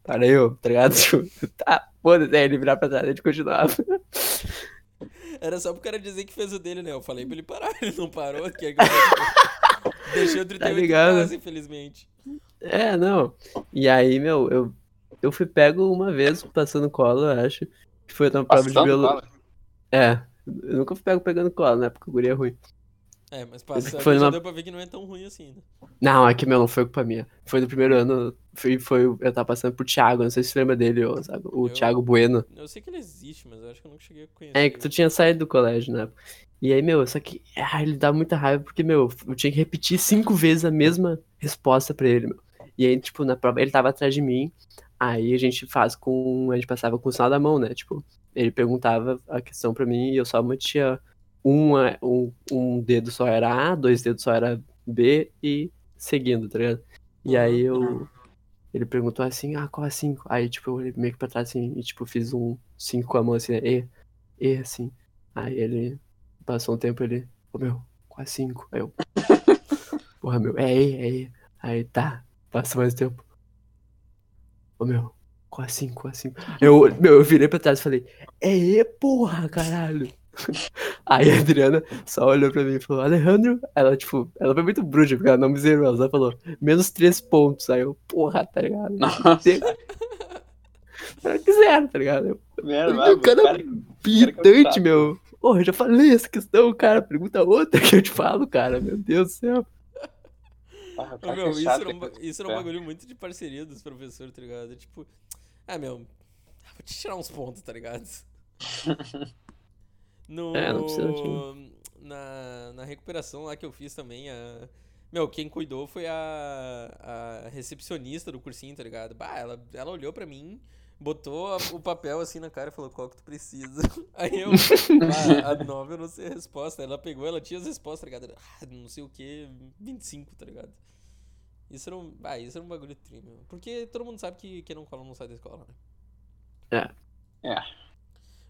[SPEAKER 1] para eu, tá ligado? Tipo, tá, foda-se, aí ele virar pra trás, a gente continuava.
[SPEAKER 2] Era só pro cara dizer que fez o dele, né? Eu falei pra ele parar, ele não parou. Que é que eu- Deixei o 38 em
[SPEAKER 1] Tá ligado?
[SPEAKER 2] casa, infelizmente.
[SPEAKER 1] É, não. E aí, meu, eu, eu fui pego uma vez passando cola, eu acho, que foi uma prova de
[SPEAKER 3] Passando Ah,
[SPEAKER 1] biologia.
[SPEAKER 3] bala.
[SPEAKER 1] É, eu nunca fui pego pegando cola, né? Porque o guri é ruim.
[SPEAKER 2] É, mas passando,
[SPEAKER 1] Foi
[SPEAKER 2] já
[SPEAKER 1] uma-
[SPEAKER 2] deu pra ver que não é tão ruim assim, né?
[SPEAKER 1] Não, é que meu, não foi culpa minha. Foi no primeiro ano, foi, foi, eu tava passando pro Thiago, não sei se você lembra dele, o, o
[SPEAKER 2] Eu?
[SPEAKER 1] Thiago Bueno.
[SPEAKER 2] Eu sei que ele existe, mas eu acho que eu nunca cheguei a conhecer.
[SPEAKER 1] É, que tu tinha saído do colégio, né? E aí, meu, só que ah, ele dá muita raiva, porque, meu, eu tinha que repetir cinco vezes a mesma resposta pra ele, meu. E aí, tipo, na prova, ele tava atrás de mim, aí a gente faz com, a gente passava com o sinal da mão, né? Tipo, ele perguntava a questão pra mim e eu só mantinha um, eh, um, um dedo só era A, dois dedos só era B e seguindo, tá ligado? E aí eu. Ele perguntou assim, ah, qual é 5? Aí, tipo, eu olhei meio que pra trás assim, e tipo, fiz um 5 com a mão assim, né? E, e assim. Aí ele passou um tempo ele, ô meu, qual é 5? Aí eu. Porra, meu, é E, é E. Aí tá, passa mais tempo. Ô meu, qual é 5? Qual é 5? Eu, meu, eu virei pra trás e falei, é E, porra, caralho. Aí a Adriana só olhou pra mim e falou, Alejandro, ela, tipo, ela foi muito bruxa, porque ela não me zerou, ela só falou, menos três pontos. Aí eu, porra, tá ligado?
[SPEAKER 3] Nossa,
[SPEAKER 1] Zero. Ela que zero, tá ligado? Eu,
[SPEAKER 3] velho,
[SPEAKER 1] o cara- irritante, meu. Porra, eu já falei essa questão, cara, pergunta outra que eu te falo, cara, meu Deus do céu.
[SPEAKER 3] Ah, o
[SPEAKER 1] Tá
[SPEAKER 2] Ô,
[SPEAKER 3] cara
[SPEAKER 2] meu,
[SPEAKER 3] que é
[SPEAKER 2] isso,
[SPEAKER 3] chato,
[SPEAKER 2] era um, ba-
[SPEAKER 3] cara.
[SPEAKER 2] isso era um
[SPEAKER 3] É.
[SPEAKER 2] bagulho muito de parceria dos professores, tá ligado? É Tipo, ah, meu, vou te tirar uns pontos, tá ligado? No,
[SPEAKER 1] É, não precisa
[SPEAKER 2] na, na recuperação lá que eu fiz também, a, meu, quem cuidou foi a, a recepcionista do cursinho, tá ligado? Bah, ela, ela olhou pra mim, botou a- o papel assim na cara e falou, qual que tu precisa? Aí eu, bah, a 9 eu não sei a resposta. Ela pegou, ela tinha as respostas, tá ligado? Ah, não sei o que, 25, tá ligado? Isso era um, ah, isso era um bagulho tri, meu. Porque todo mundo sabe que quem não cola não sai da escola, né?
[SPEAKER 3] É.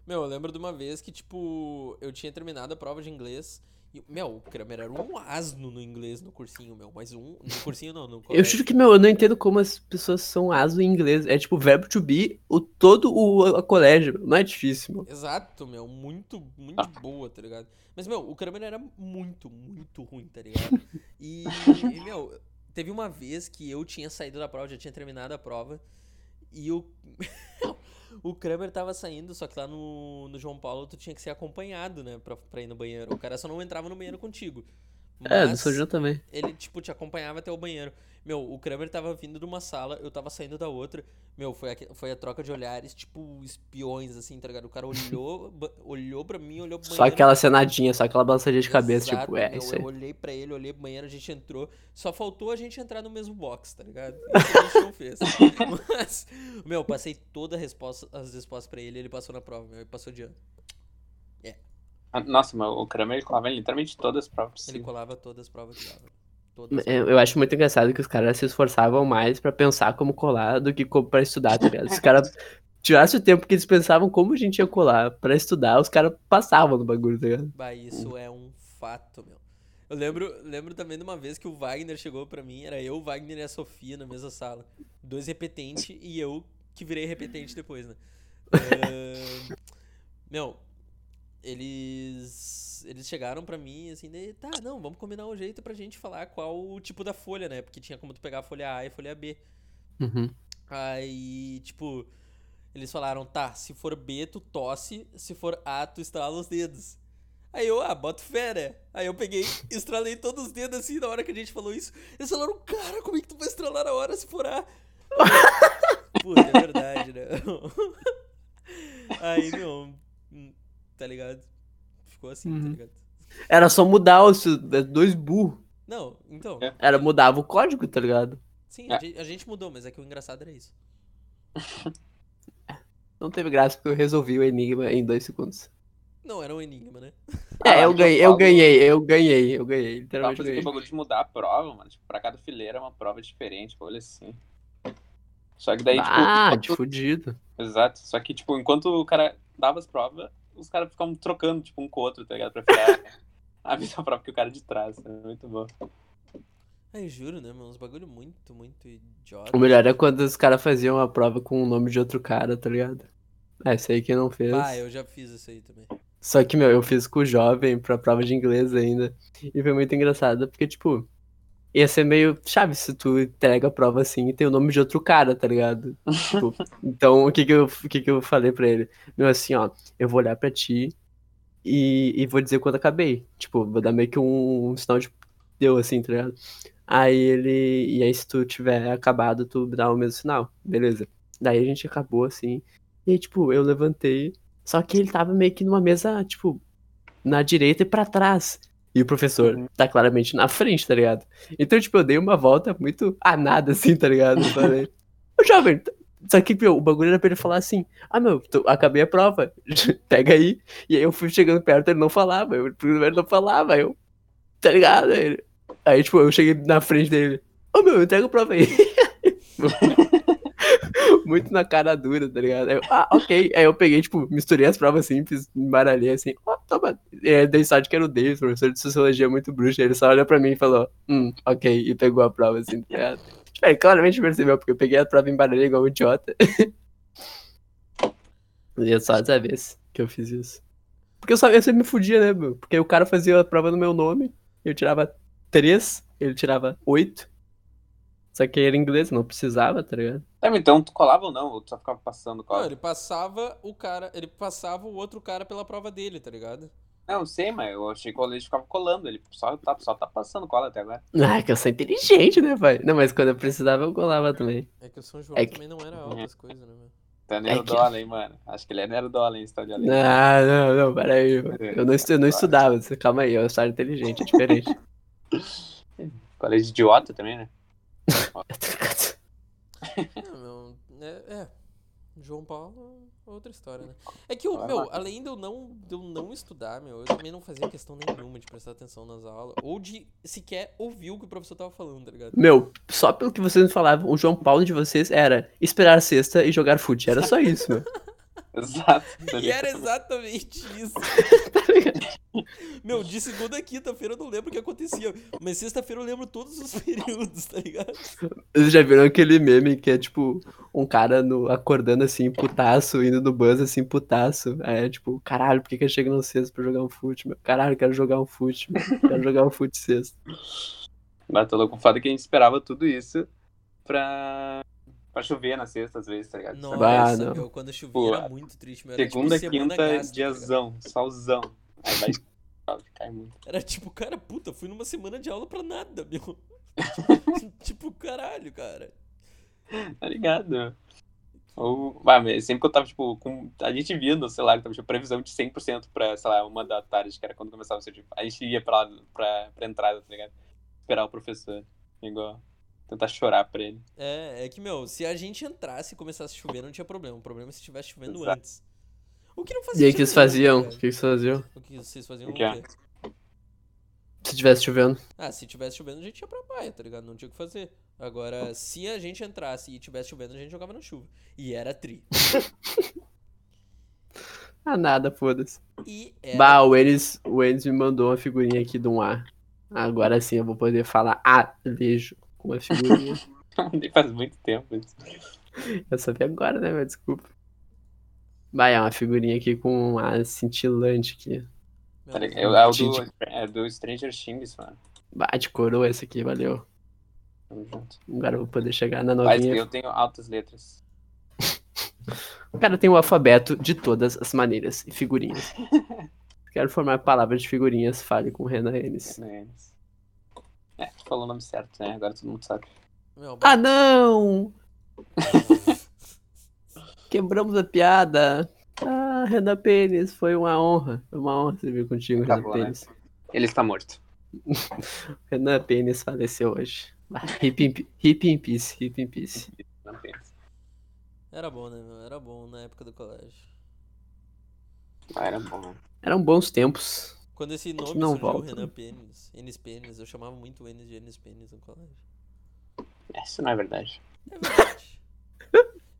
[SPEAKER 2] Meu, eu lembro de uma vez que, tipo, eu tinha terminado a prova de inglês. E, meu, o Kramer era um asno no inglês no cursinho, meu. Mas um. No cursinho não, no
[SPEAKER 1] Eu
[SPEAKER 2] colégio.
[SPEAKER 1] juro que, meu, eu não entendo como as pessoas são aso em inglês. É tipo, verbo to be, o todo o a colégio, não é difícil, meu.
[SPEAKER 2] Exato, meu. Muito, muito de boa, tá ligado? Mas, meu, o Kramer era muito, muito ruim, tá ligado? E, e, meu, teve uma vez que eu tinha saído da prova, já tinha terminado a prova. E o. o Kramer tava saindo, só que lá no, no João Paulo tu tinha que ser acompanhado, né? Pra, pra ir no banheiro. O cara só não entrava no banheiro contigo.
[SPEAKER 1] É, do
[SPEAKER 2] Mas-
[SPEAKER 1] São João também.
[SPEAKER 2] ele, tipo, te acompanhava até o banheiro. Meu, o Kramer tava vindo de uma sala, eu tava saindo da outra. Meu, foi a, foi a troca de olhares, tipo, espiões, assim, tá ligado? O cara olhou, ba- olhou pra mim, olhou pro
[SPEAKER 1] Só
[SPEAKER 2] banheiro.
[SPEAKER 1] aquela cenadinha, só aquela balançadinha de cabeça,
[SPEAKER 2] Exato,
[SPEAKER 1] tipo, é,
[SPEAKER 2] meu,
[SPEAKER 1] isso aí.
[SPEAKER 2] Eu olhei pra ele, olhei pro banheiro, a gente entrou. Só faltou a gente entrar no mesmo box, tá ligado? Isso a gente não fez. Mas, meu, eu passei toda a resposta, as respostas pra ele, ele passou na prova, meu, ele passou de ano.
[SPEAKER 3] Ah, Nossa, mas o Kramer ele colava literalmente todas as provas.
[SPEAKER 2] Ele
[SPEAKER 3] possíveis.
[SPEAKER 2] colava todas as provas que dava. Todas.
[SPEAKER 1] É, Eu eu acho muito engraçado que os caras se esforçavam mais pra pensar como colar do que como pra estudar, tá ligado? Se os caras tirassem o tempo que eles pensavam como a gente ia colar pra estudar, os caras passavam no bagulho, tá ligado?
[SPEAKER 2] Bah, isso é um fato, meu. Eu lembro, lembro também de uma vez que o Wagner chegou pra mim, era eu, o Wagner e a Sofia na mesma sala. Dois repetentes e eu que virei repetente depois, né? Ahn, meu, eles eles chegaram pra mim assim, daí, tá, não, vamos combinar um jeito pra gente falar qual o tipo da folha, né? Porque tinha como tu pegar a folha A e a folha B.
[SPEAKER 1] Uhum.
[SPEAKER 2] Aí, tipo, eles falaram, tá, se for B, tu tosse, se for A, tu estrala os dedos. Aí eu, ah, boto fé, né? Aí eu peguei, estralei todos os dedos assim na hora que a gente falou isso. Eles falaram, cara, como é que tu vai estralar na hora se for A? Puta, é verdade, né? Aí, meu, hum, tá ligado? Ficou assim, tá
[SPEAKER 1] Uhum.
[SPEAKER 2] ligado?
[SPEAKER 1] Era só mudar os é, dois burros.
[SPEAKER 2] Não, então,
[SPEAKER 3] É.
[SPEAKER 1] Era mudava o código, tá ligado?
[SPEAKER 2] sim, a gente, a gente mudou, mas é que o engraçado era isso.
[SPEAKER 1] Não teve graça porque eu resolvi o enigma em dois segundos.
[SPEAKER 2] Não, era um enigma, né?
[SPEAKER 3] Ah,
[SPEAKER 1] É, eu
[SPEAKER 3] eu
[SPEAKER 1] ganhei, eu
[SPEAKER 3] falo-
[SPEAKER 1] ganhei, eu ganhei, eu ganhei,
[SPEAKER 3] Tava
[SPEAKER 1] literalmente eu
[SPEAKER 3] Tá fazendo o
[SPEAKER 1] ganhei.
[SPEAKER 3] bagulho de mudar a prova, mano. Tipo, pra cada fileira é uma prova diferente, olha assim. Só que daí, tipo,
[SPEAKER 1] Ah,
[SPEAKER 3] enquanto-
[SPEAKER 1] de fudido.
[SPEAKER 3] Exato. Só que, tipo, enquanto o cara dava as provas, os caras ficavam trocando, tipo, um com o outro, tá ligado? Pra ficar a mesma prova que o cara de trás. É muito bom.
[SPEAKER 2] Ai, juro, né, mano? Uns bagulho muito, muito idiota.
[SPEAKER 1] O melhor é quando os caras faziam a prova com o nome de outro cara, tá ligado? É, sei que não fez.
[SPEAKER 2] Ah, eu já fiz isso aí também.
[SPEAKER 1] Só que, meu, eu fiz com o jovem pra prova de inglês ainda. E foi muito engraçado, porque, tipo, ia ser meio chave se tu entrega a prova assim e tem o nome de outro cara, tá ligado? Tipo, então, o que que, eu, o que que eu falei pra ele? Meu, assim, ó, eu vou olhar pra ti e, e vou dizer quando acabei. Tipo, vou dar meio que um, um sinal de deu, assim, tá ligado? Aí ele. E aí, se tu tiver acabado, tu dá o mesmo sinal. Beleza. Daí a gente acabou, assim. E aí, tipo, eu levantei. Só que ele tava meio que numa mesa, tipo, na direita e pra trás. E o professor tá claramente na frente, tá ligado? Então, tipo, eu dei uma volta muito a nada, assim, tá ligado? Eu falei, "Ô, jovem, t- só que, meu, o bagulho era pra ele falar assim, ah, meu, tô- acabei a prova, pega aí. E aí eu fui chegando perto, ele não falava, eu, primeiro não falava, eu, tá ligado? Aí ele- aí, tipo, eu cheguei na frente dele, ô, meu, entrega a prova aí. muito na cara dura, tá ligado? Aí eu, ah, ok. Aí eu peguei, tipo, misturei as provas assim, fiz, embaralhei assim, ó, toma. E aí dei sorte que era o Davis, professor de sociologia muito bruxo. Ele só olhou pra mim e falou, hum, ok, e pegou a prova assim, tá ligado? Tipo, ele claramente percebeu, porque eu peguei a prova e embaralhei igual um idiota. e é só dessa vez que eu fiz isso. Porque eu, só, eu sempre me fudia, né, meu? Porque o cara fazia a prova no meu nome, eu tirava três, ele tirava oito. Só que era inglês, não precisava, tá ligado?
[SPEAKER 3] É, mas então, tu colava ou não? Ou tu só ficava passando
[SPEAKER 2] Não,
[SPEAKER 3] cola?
[SPEAKER 2] ele passava o cara, ele passava o outro cara pela prova dele, tá ligado?
[SPEAKER 3] Não, não sei, mas eu achei que o colete ficava colando. Ele só tá, só tá passando cola até agora.
[SPEAKER 1] Ah, que eu sou inteligente, né, pai? Não, mas quando eu precisava, eu colava também.
[SPEAKER 2] É que o São João
[SPEAKER 1] É que-
[SPEAKER 2] também não era altas coisas, né, meu?
[SPEAKER 3] Tá
[SPEAKER 1] É que-
[SPEAKER 3] nerdola, hein, mano. Acho que ele é nerdola, hein, esse tal de Ale.
[SPEAKER 1] Ah, não, não, peraí. mano. Eu não, estu- eu não estudava, você- calma aí, eu sou inteligente, é diferente.
[SPEAKER 3] Colete idiota também, né?
[SPEAKER 2] Não, meu, é, é. João Paulo, outra história, né? É que,
[SPEAKER 3] Ah.
[SPEAKER 2] o meu, além de eu, não, de eu não estudar, meu, eu também não fazia questão nenhuma de prestar atenção nas aulas, ou de sequer ouvir o que o professor tava falando, tá ligado?
[SPEAKER 1] Meu, só pelo que vocês me falavam, o João Paulo de vocês era esperar a sexta e jogar fute. Era só isso, meu.
[SPEAKER 3] Exato. tá
[SPEAKER 2] E é
[SPEAKER 3] ligado?
[SPEAKER 2] era exatamente isso.
[SPEAKER 1] Tá
[SPEAKER 2] Meu, de segunda a quinta-feira eu não lembro o que acontecia, mas sexta-feira eu lembro todos os períodos, tá ligado?
[SPEAKER 1] Vocês já viram aquele meme que é tipo um cara no, acordando assim, putaço, indo no bus assim, putaço. Aí é tipo, caralho, por que, que eu chego no sexto pra jogar um fute, meu? Caralho, quero jogar um fute, meu. Quero jogar um fute sexto.
[SPEAKER 3] Mas tô louco com o fato que a gente esperava tudo isso pra, pra chover na sexta, às vezes, tá ligado? Isso é
[SPEAKER 1] Bah,
[SPEAKER 2] Nossa,
[SPEAKER 1] Ah, não.
[SPEAKER 2] meu, quando chovia
[SPEAKER 3] Pô,
[SPEAKER 2] era muito triste, meu. Era
[SPEAKER 3] Segunda,
[SPEAKER 2] tipo semana
[SPEAKER 3] quinta,
[SPEAKER 2] gasta, tá ligado?
[SPEAKER 3] diazão, solzão. Aí vai. sobe, Cai muito.
[SPEAKER 2] Era tipo, cara, puta, fui numa semana de aula pra nada, meu. tipo, caralho, cara.
[SPEAKER 3] Tá ligado? Ou, ah, mas sempre que eu tava, tipo, com. A gente via no celular, tava, tipo, previsão de 100% pra, sei lá, uma da tarde, que era quando começava o seu tipo. A gente ia pra, lá, pra, pra entrada, tá ligado? Esperar o professor. Igual. Tentar chorar pra ele.
[SPEAKER 2] É, é que, meu, se a gente entrasse e começasse a chover, não tinha problema. O problema é se estivesse chovendo
[SPEAKER 3] Exato.
[SPEAKER 2] antes. O que não
[SPEAKER 1] E
[SPEAKER 2] fazia né,
[SPEAKER 1] aí, o que eles
[SPEAKER 2] sentido nenhum,
[SPEAKER 1] faziam? O
[SPEAKER 2] cara.
[SPEAKER 1] que eles faziam?
[SPEAKER 2] O que vocês faziam?
[SPEAKER 3] O quê?
[SPEAKER 2] o quê?
[SPEAKER 1] se tivesse chovendo.
[SPEAKER 2] Ah, se tivesse chovendo, a gente ia pra praia, tá ligado? Não tinha o que fazer. Agora, se a gente entrasse e tivesse chovendo, a gente jogava na chuva. E era tri.
[SPEAKER 1] Ah, nada, foda-se.
[SPEAKER 2] E era
[SPEAKER 1] Bah, o Enes, o Enes me mandou uma figurinha aqui de um A. Agora sim eu vou poder falar adejo com uma figurinha.
[SPEAKER 3] Faz muito tempo isso.
[SPEAKER 1] eu só vi agora, né, meu? Desculpa. Bah, é uma figurinha aqui com um A cintilante aqui.
[SPEAKER 2] meu
[SPEAKER 3] Tá ligado?
[SPEAKER 2] Deus.
[SPEAKER 3] Eu- É o do,
[SPEAKER 1] tipo,
[SPEAKER 3] é do Stranger Things, mano.
[SPEAKER 1] Bah, de coroa essa aqui, valeu.
[SPEAKER 3] Tamo junto.
[SPEAKER 1] Agora eu vou poder chegar na
[SPEAKER 3] Mas
[SPEAKER 1] novinha.
[SPEAKER 3] eu tenho altas letras.
[SPEAKER 1] O cara tem o alfabeto de todas as maneiras e figurinhas. Quero formar palavras de figurinhas, fale com o Renan Enes.
[SPEAKER 3] né? É, tu falou o nome certo, né? Agora todo mundo sabe.
[SPEAKER 2] Meu,
[SPEAKER 1] Ah, não! Quebramos a piada. Ah, Renan Pênis, foi uma honra. Foi uma honra servir contigo, Renan
[SPEAKER 3] Acabou, né?
[SPEAKER 1] Pênis.
[SPEAKER 3] Ele está morto.
[SPEAKER 1] Renan Pênis faleceu hoje. Ah, Hip in, pe- hip in peace, hip in peace.
[SPEAKER 3] Não pensa.
[SPEAKER 2] Era bom, né, meu? Era bom na época do colégio.
[SPEAKER 3] Ah, era bom, mano.
[SPEAKER 1] Eram bons tempos.
[SPEAKER 2] Quando esse nome
[SPEAKER 1] não
[SPEAKER 2] surgiu,
[SPEAKER 1] volta,
[SPEAKER 2] Renan
[SPEAKER 1] né?
[SPEAKER 2] Pênis, Enes Pênis, eu chamava muito o Enes de Enes Pênis no colégio.
[SPEAKER 3] Isso não é verdade.
[SPEAKER 2] É verdade.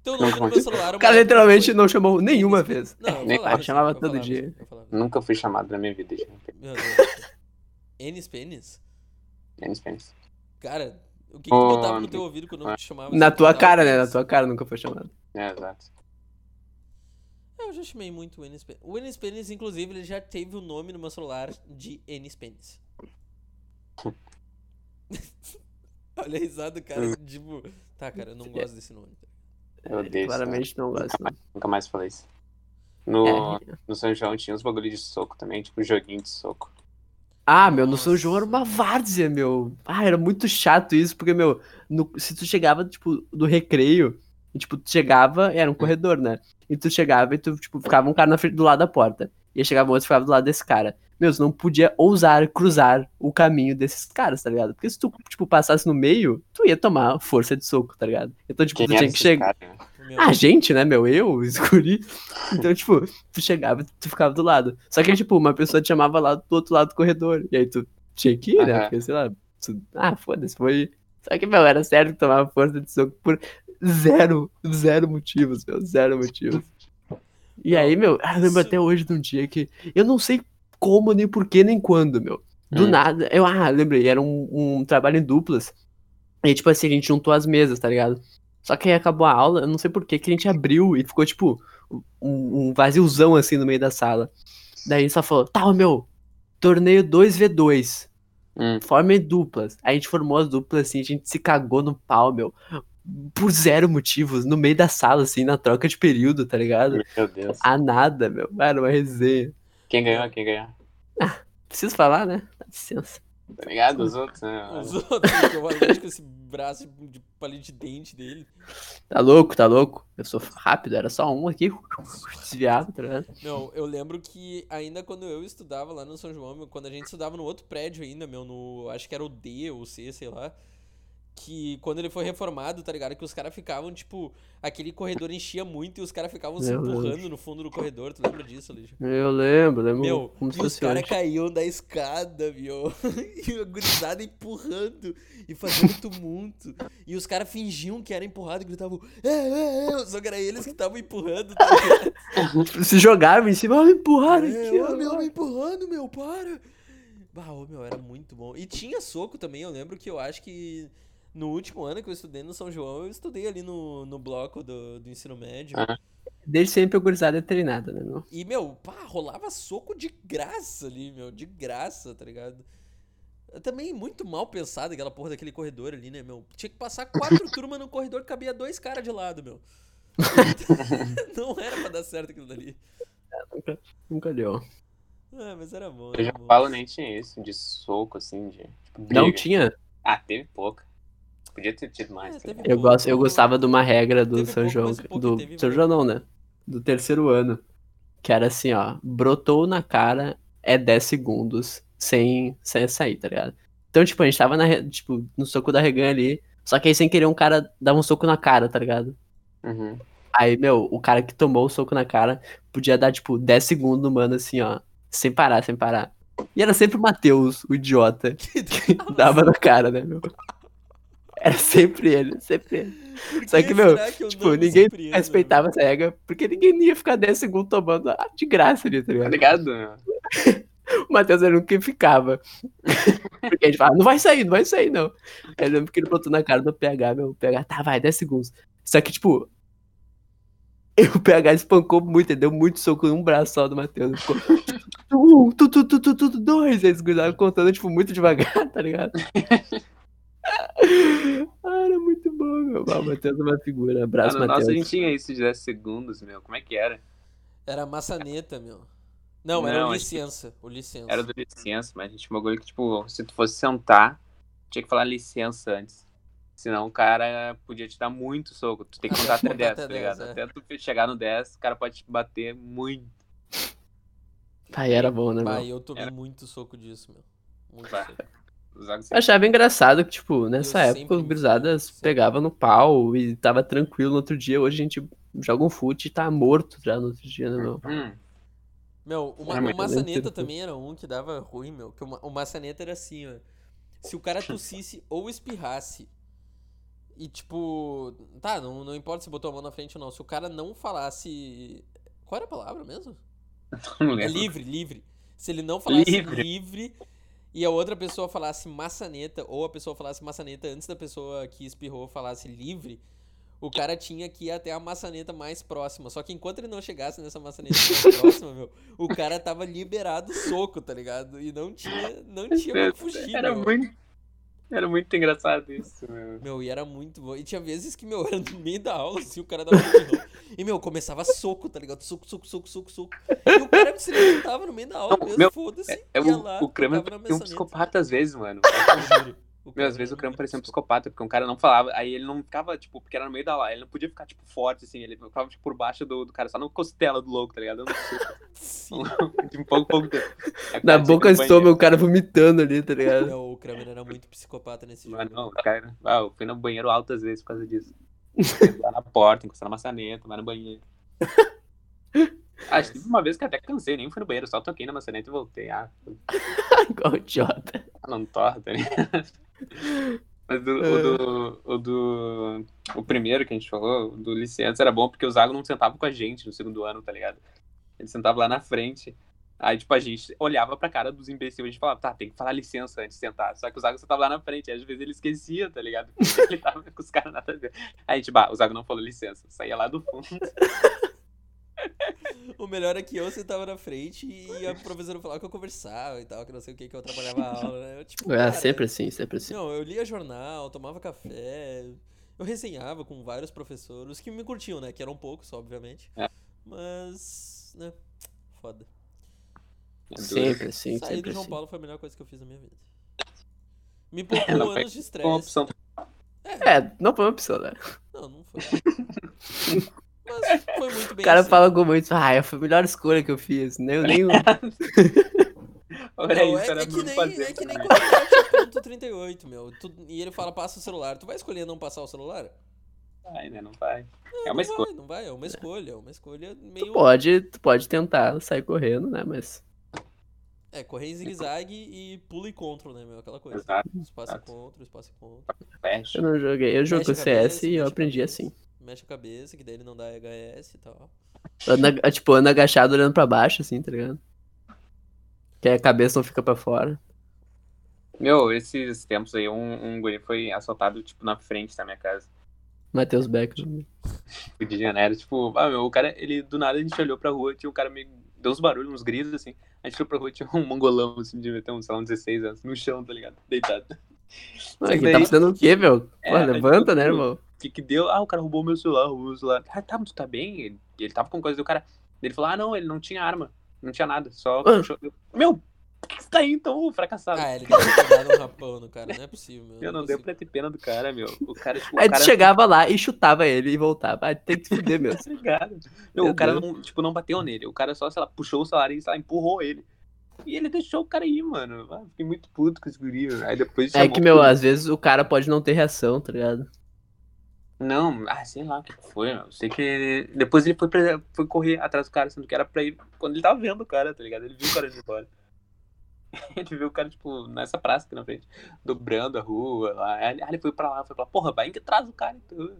[SPEAKER 2] Então, Teu nome no meu celular...
[SPEAKER 1] O cara literalmente não chamou nenhuma vez.
[SPEAKER 2] Não, eu
[SPEAKER 3] Nem
[SPEAKER 2] falava,
[SPEAKER 1] eu chamava
[SPEAKER 2] assim, eu
[SPEAKER 1] todo
[SPEAKER 2] falava
[SPEAKER 1] dia.
[SPEAKER 2] assim, eu falava.
[SPEAKER 3] Nunca fui chamado na minha vida de
[SPEAKER 2] Meu Deus. Enes Pênis?
[SPEAKER 3] Enes Pênis.
[SPEAKER 2] Cara, o que que
[SPEAKER 3] Ô,
[SPEAKER 2] tu botava no teu ouvido quando eu te chamava?
[SPEAKER 1] Na
[SPEAKER 2] assim,
[SPEAKER 1] tua
[SPEAKER 2] tu dava
[SPEAKER 1] cara, né? Na
[SPEAKER 2] Pênis?
[SPEAKER 1] tua cara nunca foi chamado.
[SPEAKER 3] É, exato.
[SPEAKER 2] É, Eu já chamei muito o Enes Pênis. O Enes Pênis, inclusive, ele já teve o nome no meu celular de Enes Pênis. Olha a risada, do cara. Tipo, tá, cara, eu não gosto desse nome. tá?
[SPEAKER 3] Eu odeio isso. né?
[SPEAKER 1] É, Claramente não gosta. não.
[SPEAKER 3] Nunca mais falei isso. No,
[SPEAKER 1] É.
[SPEAKER 3] no São João tinha uns bagulho de soco também, tipo joguinho de soco.
[SPEAKER 1] Ah, meu, no São
[SPEAKER 2] Nossa.
[SPEAKER 1] João era uma várzea, meu. Ah, era muito chato isso, porque, meu, no- se tu chegava, tipo, do recreio, e, tipo, tu chegava, era um corredor, né? E tu chegava e tu, tipo, ficava um cara na frente do lado da porta. E aí chegava um outro e ficava do lado desse cara. Meu, tu não podia ousar cruzar o caminho desses caras, tá ligado? Porque se tu, tipo, passasse no meio, tu ia tomar força de soco, tá ligado? Então, tipo,
[SPEAKER 3] Quem
[SPEAKER 1] tu
[SPEAKER 3] era
[SPEAKER 1] tinha que
[SPEAKER 3] esses
[SPEAKER 1] chegar.
[SPEAKER 3] caras, né?
[SPEAKER 2] Meu,
[SPEAKER 1] A gente, né, meu? Eu, escuri. Então, tipo, tu chegava e tu ficava do lado. Só que, tipo, uma pessoa te chamava lá do outro lado do corredor. E aí tu tinha que ir, né?
[SPEAKER 3] Aham.
[SPEAKER 1] Porque, sei lá, tu- ah, foda-se, foi. Só que, meu, era sério que tomava força de soco por zero, zero motivos, meu, zero motivos. E aí, meu, ah, eu lembro
[SPEAKER 2] Isso-
[SPEAKER 1] até hoje de um dia que eu não sei como, nem porquê, nem quando, meu. Do
[SPEAKER 3] Hum.
[SPEAKER 1] nada, eu, ah, lembrei, era um, um trabalho em duplas. E, tipo assim, a gente juntou as mesas, tá ligado? Só que aí acabou a aula, eu não sei por que que a gente abriu e ficou, tipo, um, um vaziozão, assim, no meio da sala. Daí só falou, tá, ô, meu, torneio 2v2,
[SPEAKER 3] Hum.
[SPEAKER 1] formem duplas. Aí a gente formou as duplas, assim, a gente se cagou no pau, meu, por zero motivos, no meio da sala, assim, na troca de período, tá ligado?
[SPEAKER 3] Meu Deus.
[SPEAKER 1] A nada, meu, era uma resenha.
[SPEAKER 3] Quem ganhou, quem ganhou?
[SPEAKER 1] Preciso falar, né? Dá licença.
[SPEAKER 3] Tá ligado? Os outros, né?
[SPEAKER 2] Os outros, que eu olho com esse braço de palito de dente dele.
[SPEAKER 1] Tá louco, tá louco? Eu sou rápido, era só um aqui, desviava, tá ligado?
[SPEAKER 2] Não, eu lembro que ainda quando eu estudava lá no São João, meu, quando a gente estudava no outro prédio ainda, meu, no. Acho que era o D ou C, sei lá. Que quando ele foi reformado, tá ligado? Que os caras ficavam, tipo, aquele corredor enchia muito e os caras ficavam se
[SPEAKER 1] Meu Deus.
[SPEAKER 2] empurrando no fundo do corredor. Tu lembra disso, Lígia?
[SPEAKER 1] Eu lembro, lembro
[SPEAKER 2] Meu, é
[SPEAKER 1] como se
[SPEAKER 2] e os
[SPEAKER 1] fosse
[SPEAKER 2] caras
[SPEAKER 1] hoje.
[SPEAKER 2] caíam da escada, meu. E a gurizada empurrando e fazendo tumulto. E os caras fingiam que era empurrado e gritavam, é, é, é. Só que era eles que estavam empurrando, tá ligado?
[SPEAKER 1] Se jogaram em cima, ah, me empurraram
[SPEAKER 2] É,
[SPEAKER 1] aqui,
[SPEAKER 2] ó,
[SPEAKER 1] ó.
[SPEAKER 2] meu, me empurrando, meu, para. Bah, ô, meu, era muito bom. E tinha soco também, eu lembro que eu acho que no último ano que eu estudei no São João, eu estudei ali no, no bloco do, do ensino médio.
[SPEAKER 3] Ah.
[SPEAKER 1] Desde sempre a gurizada é treinada, né? Meu?
[SPEAKER 2] E, meu, pá, rolava soco de graça ali, meu, de graça, tá ligado? Eu Também muito mal pensado aquela porra daquele corredor ali, né, meu? Tinha que passar quatro turmas no corredor que cabia dois caras de lado, meu. Não era pra dar certo aquilo dali.
[SPEAKER 1] Nunca deu.
[SPEAKER 2] Ah, mas era bom.
[SPEAKER 3] Eu já
[SPEAKER 2] era bom.
[SPEAKER 3] falo, né? nem tinha isso, de soco, assim, de. Tipo,
[SPEAKER 1] Não
[SPEAKER 3] briga.
[SPEAKER 1] tinha?
[SPEAKER 3] Ah, teve pouca. Podia ter tido mais.
[SPEAKER 2] É,
[SPEAKER 3] tá
[SPEAKER 2] teve
[SPEAKER 3] ligado?
[SPEAKER 1] Eu,
[SPEAKER 2] Pouco.
[SPEAKER 1] gosto, eu gostava de uma regra do
[SPEAKER 2] Teve
[SPEAKER 1] São
[SPEAKER 2] pouco,
[SPEAKER 1] João.
[SPEAKER 2] mas pouco
[SPEAKER 1] Do
[SPEAKER 2] teve,
[SPEAKER 1] São João
[SPEAKER 2] valeu.
[SPEAKER 1] não, né? Do terceiro ano. Que era assim, ó. Brotou na cara é 10 segundos sem, sem sair, tá ligado? Então, tipo, a gente tava na re- tipo, no soco da reganha ali. Só que aí sem querer um cara dava um soco na cara, tá ligado?
[SPEAKER 3] Uhum.
[SPEAKER 1] Aí, meu, o cara que tomou o soco na cara podia dar, tipo, 10 segundos, no mano, assim, ó. Sem parar, sem parar. E era sempre o Matheus, o idiota, que dava na cara, né, meu? Era sempre ele, sempre ele.
[SPEAKER 2] Por
[SPEAKER 1] Só que, meu,
[SPEAKER 2] será eu
[SPEAKER 1] tipo,
[SPEAKER 2] não me
[SPEAKER 1] ninguém
[SPEAKER 2] surpreendo,
[SPEAKER 1] Respeitava essa regra, porque ninguém ia ficar 10 segundos tomando a- de graça ali, tá
[SPEAKER 3] Tá
[SPEAKER 1] ligado?
[SPEAKER 3] ligado?
[SPEAKER 1] O Matheus era o que ficava. Porque a gente falava, não vai sair, não vai sair, não. Aí Eu lembro que ele botou na cara do PH, meu, o PH, tá, vai, 10 segundos. Só que, tipo, o PH espancou muito, ele deu muito soco em um braço só do Matheus. Ele Ficou, um, tu, tu, tu, tu, tu, tu, dois. Eles grudaram contando, tipo, muito devagar, tá ligado? ah, era muito bom, meu. Ah, O Matheus é uma figura.
[SPEAKER 3] Ah,
[SPEAKER 1] Abraço,
[SPEAKER 3] no nosso a
[SPEAKER 1] Matheus.
[SPEAKER 3] gente tinha isso de 10 segundos, meu. Como é que era?
[SPEAKER 2] Era maçaneta, meu. Não, era
[SPEAKER 3] Não,
[SPEAKER 2] o
[SPEAKER 3] acho que-
[SPEAKER 2] licença. O licença.
[SPEAKER 3] Era do licença, mas a gente tinha um bagulho que, tipo, se tu fosse sentar, tinha que falar licença antes. Senão o cara podia te dar muito soco. Tu tem que contar até 10, tá
[SPEAKER 2] até
[SPEAKER 3] ligado?
[SPEAKER 2] 10, é.
[SPEAKER 3] Até tu chegar no 10, o cara pode te bater muito.
[SPEAKER 1] Pai, era bom, né, meu?
[SPEAKER 2] Pai, eu tomei
[SPEAKER 3] Era.
[SPEAKER 2] muito soco disso, meu. Muito
[SPEAKER 3] Bah.
[SPEAKER 2] soco.
[SPEAKER 3] Os assim. jogos
[SPEAKER 1] Eu achava engraçado que, tipo, nessa
[SPEAKER 2] Eu
[SPEAKER 1] época
[SPEAKER 2] sempre
[SPEAKER 1] os
[SPEAKER 2] me
[SPEAKER 1] brisadas
[SPEAKER 2] fudi, sempre.
[SPEAKER 1] pegavam no pau e tava tranquilo no outro dia. Hoje a gente joga um fute e tá morto já no outro dia, né,
[SPEAKER 2] É.
[SPEAKER 1] meu?
[SPEAKER 3] Hum,
[SPEAKER 2] Meu, o, ma-
[SPEAKER 3] Ah,
[SPEAKER 2] o
[SPEAKER 3] mas
[SPEAKER 2] maçaneta
[SPEAKER 1] também-
[SPEAKER 2] também era um que dava ruim, meu. Que o, ma- o maçaneta era assim, ó. Se o cara tossisse ou espirrasse. E tipo. Tá, não, não importa se botou a mão na frente ou não. Se o cara não falasse. Qual era a palavra mesmo?
[SPEAKER 3] não
[SPEAKER 2] É
[SPEAKER 3] lembro.
[SPEAKER 2] livre, livre. Se ele não falasse livre.
[SPEAKER 3] Livre.
[SPEAKER 2] e a outra pessoa falasse maçaneta, ou a pessoa falasse maçaneta antes da pessoa que espirrou falasse livre, o cara tinha que ir até a maçaneta mais próxima. Só que enquanto ele não chegasse nessa maçaneta mais próxima, meu, o cara tava liberado o soco, tá ligado? E não tinha, não tinha como fugir,
[SPEAKER 3] Era
[SPEAKER 2] meu.
[SPEAKER 3] muito, era muito engraçado isso, meu.
[SPEAKER 2] Meu, e era muito bom. E tinha vezes que, meu, era no meio da aula, assim, o cara dava um tirão. E, meu, começava soco, tá ligado? Soco, soco, soco, soco, soco. E o cara se levantava no meio da aula
[SPEAKER 3] Não,
[SPEAKER 2] mesmo,
[SPEAKER 3] meu,
[SPEAKER 2] foda-se.
[SPEAKER 3] É, é
[SPEAKER 2] ia
[SPEAKER 3] o,
[SPEAKER 2] lá,
[SPEAKER 3] o Kramer
[SPEAKER 2] tocava na
[SPEAKER 3] parecia um
[SPEAKER 2] maçaneta.
[SPEAKER 3] psicopata às vezes, mano.
[SPEAKER 2] Eu juro.
[SPEAKER 3] Meu, às vezes o Kramer parecia um psicopata, porque um cara não falava, aí ele não ficava, tipo, porque era no meio da aula, ele não podia ficar, tipo, forte, assim, ele ficava, tipo, por baixo do, do cara, só na costela do louco, tá ligado? Dando soco,
[SPEAKER 2] Sim,
[SPEAKER 3] de um pouco, pouco tempo.
[SPEAKER 2] Tá
[SPEAKER 3] Aí o
[SPEAKER 1] Na
[SPEAKER 3] cara
[SPEAKER 1] boca
[SPEAKER 3] tinha
[SPEAKER 1] do
[SPEAKER 3] que ir no
[SPEAKER 1] estômago, o cara vomitando ali, tá ligado?
[SPEAKER 2] meu, o Kramer era muito psicopata nesse jogo.
[SPEAKER 3] banheiro. Mas não, cara, ah, eu fui no banheiro altas vezes por causa disso. Lá na porta, encostar na maçaneta, vai no banheiro. Acho que teve uma vez que eu até cansei, nem fui no banheiro, só toquei na maçaneta e voltei. Ah,
[SPEAKER 2] um
[SPEAKER 1] Igual idiota.
[SPEAKER 3] Ah, não torta, né? Mas do-
[SPEAKER 2] É.
[SPEAKER 3] o do, o do. O primeiro que a gente falou, o do licença, era bom porque o Zago não sentava com a gente no segundo ano, tá ligado? Ele sentava lá na frente. Aí, tipo, a gente olhava pra cara dos imbecis e a gente falava, tá, tem que falar licença antes de sentar. Só que o Zago sentava lá na frente, aí às vezes ele esquecia, tá ligado? Ele tava com os caras nada a ver. Aí a gente, bah, o Zago não falou licença, saía lá do fundo.
[SPEAKER 2] O melhor é que eu sentava na frente e a professora falava que eu conversava e tal, que não sei o que, que eu atrapalhava a aula, né? Eu, tipo,
[SPEAKER 1] Era
[SPEAKER 2] cara,
[SPEAKER 1] sempre assim, sempre assim.
[SPEAKER 2] Não, eu lia jornal, tomava café, eu resenhava com vários professores, os que me curtiam, né? Que eram poucos, obviamente.
[SPEAKER 3] É.
[SPEAKER 2] Mas, né? Foda.
[SPEAKER 3] É
[SPEAKER 1] Sempre assim,
[SPEAKER 2] Sair do
[SPEAKER 1] sempre
[SPEAKER 2] João
[SPEAKER 1] assim.
[SPEAKER 2] Paulo foi a melhor coisa que eu fiz na minha vida. Me
[SPEAKER 3] É, não
[SPEAKER 2] poupou
[SPEAKER 3] foi
[SPEAKER 2] anos de
[SPEAKER 3] Foi uma
[SPEAKER 2] estresse.
[SPEAKER 3] opção.
[SPEAKER 1] É, não foi uma opção, né?
[SPEAKER 2] Não, não foi. Mas foi muito bem
[SPEAKER 1] O cara
[SPEAKER 2] aceito.
[SPEAKER 1] fala com muito, ah, foi a melhor escolha que eu fiz. Nem, nem...
[SPEAKER 3] Olha
[SPEAKER 2] Não,
[SPEAKER 3] isso,
[SPEAKER 2] é,
[SPEAKER 3] era
[SPEAKER 2] é que
[SPEAKER 3] muito
[SPEAKER 2] nem,
[SPEAKER 3] fazer.
[SPEAKER 2] é que nem
[SPEAKER 3] também.
[SPEAKER 2] quando eu tinha ponto 38, meu. Tu- e ele fala, passa o celular. Tu vai escolher não passar o celular?
[SPEAKER 3] Ai, né, não vai. É
[SPEAKER 2] não
[SPEAKER 3] uma escolha.
[SPEAKER 2] Vai, não vai, é uma escolha. É uma escolha
[SPEAKER 1] Tu
[SPEAKER 2] meio
[SPEAKER 1] pode, tu pode tentar sair correndo, né? Mas
[SPEAKER 2] É, correr em zigue-zague e pula e control, né, meu? Aquela coisa.
[SPEAKER 3] Exato.
[SPEAKER 2] Espaço e
[SPEAKER 3] exato.
[SPEAKER 2] control, espaço e control.
[SPEAKER 3] Fecha.
[SPEAKER 1] eu não joguei. Eu jogo
[SPEAKER 2] Mexe a
[SPEAKER 1] CS
[SPEAKER 2] cabeça,
[SPEAKER 1] e eu
[SPEAKER 2] mexe a
[SPEAKER 1] aprendi
[SPEAKER 2] cabeça.
[SPEAKER 1] assim.
[SPEAKER 2] Mexe a cabeça, que daí ele não dá HS e tal.
[SPEAKER 1] Anda, ah, tipo, anda agachado olhando pra baixo, assim, tá ligado? Que aí a cabeça não fica pra fora.
[SPEAKER 3] Meu, esses tempos aí, um, um guri foi assaltado, tipo, na frente da minha casa.
[SPEAKER 1] Matheus Beckman.
[SPEAKER 3] Tipo, de janeiro, tipo, ah, meu, o cara, ele, do nada, a gente olhou pra rua, tinha um cara meio, deu uns barulhos, uns gritos, assim. A gente olhou pra rua, tinha um mongolão, assim, devia ter uns, sei lá, uns 16 anos, no chão, tá ligado? Deitado.
[SPEAKER 1] Ah,
[SPEAKER 3] Isso
[SPEAKER 1] que
[SPEAKER 3] daí-
[SPEAKER 1] tá fazendo o quê, meu? Pô,
[SPEAKER 3] É,
[SPEAKER 1] levanta, né,
[SPEAKER 3] tipo,
[SPEAKER 1] irmão?
[SPEAKER 3] O que que deu? Ah, o cara roubou meu celular, roubou meu celular. Ah, tá, mas tu tá bem? Ele, ele tava com coisa do cara. Ele falou, ah, não, ele não tinha arma, não tinha nada, só
[SPEAKER 1] Ah.
[SPEAKER 3] puxou. Eu, Meu, por que que você tá aí, então, ô, fracassado?
[SPEAKER 2] Ah, ele deve ter dado um rapão no cara, não é possível, meu.
[SPEAKER 3] Eu não deu
[SPEAKER 2] consigo.
[SPEAKER 3] pra ter pena do cara, meu. O cara, tipo,
[SPEAKER 1] Aí
[SPEAKER 3] o
[SPEAKER 1] tu
[SPEAKER 3] cara...
[SPEAKER 1] chegava lá e chutava ele e voltava. Ah, tem que se fuder mesmo.
[SPEAKER 3] Obrigado. Meu,
[SPEAKER 1] Meu
[SPEAKER 3] o cara
[SPEAKER 1] Deus.
[SPEAKER 3] não, tipo, não bateu nele. O cara só, sei lá, puxou o salário e sei lá, empurrou ele. E ele deixou o cara ir, mano. Ah, fiquei muito puto com esse guri. mano. Aí depois
[SPEAKER 1] É
[SPEAKER 3] chamou-
[SPEAKER 1] que, meu, às vezes o cara pode não ter reação, tá ligado?
[SPEAKER 3] Não, ah, sei lá o que foi, meu. Sei que ele- Depois ele foi, pra- foi correr atrás do cara, sendo que era pra ir. Quando ele tava vendo o cara, tá ligado? Ele viu o cara indo embora. Ele viu o cara, tipo, nessa praça aqui na frente, dobrando a rua lá. Aí ele- aí ele foi pra lá, foi pra lá, porra, vai que traz o cara e tudo.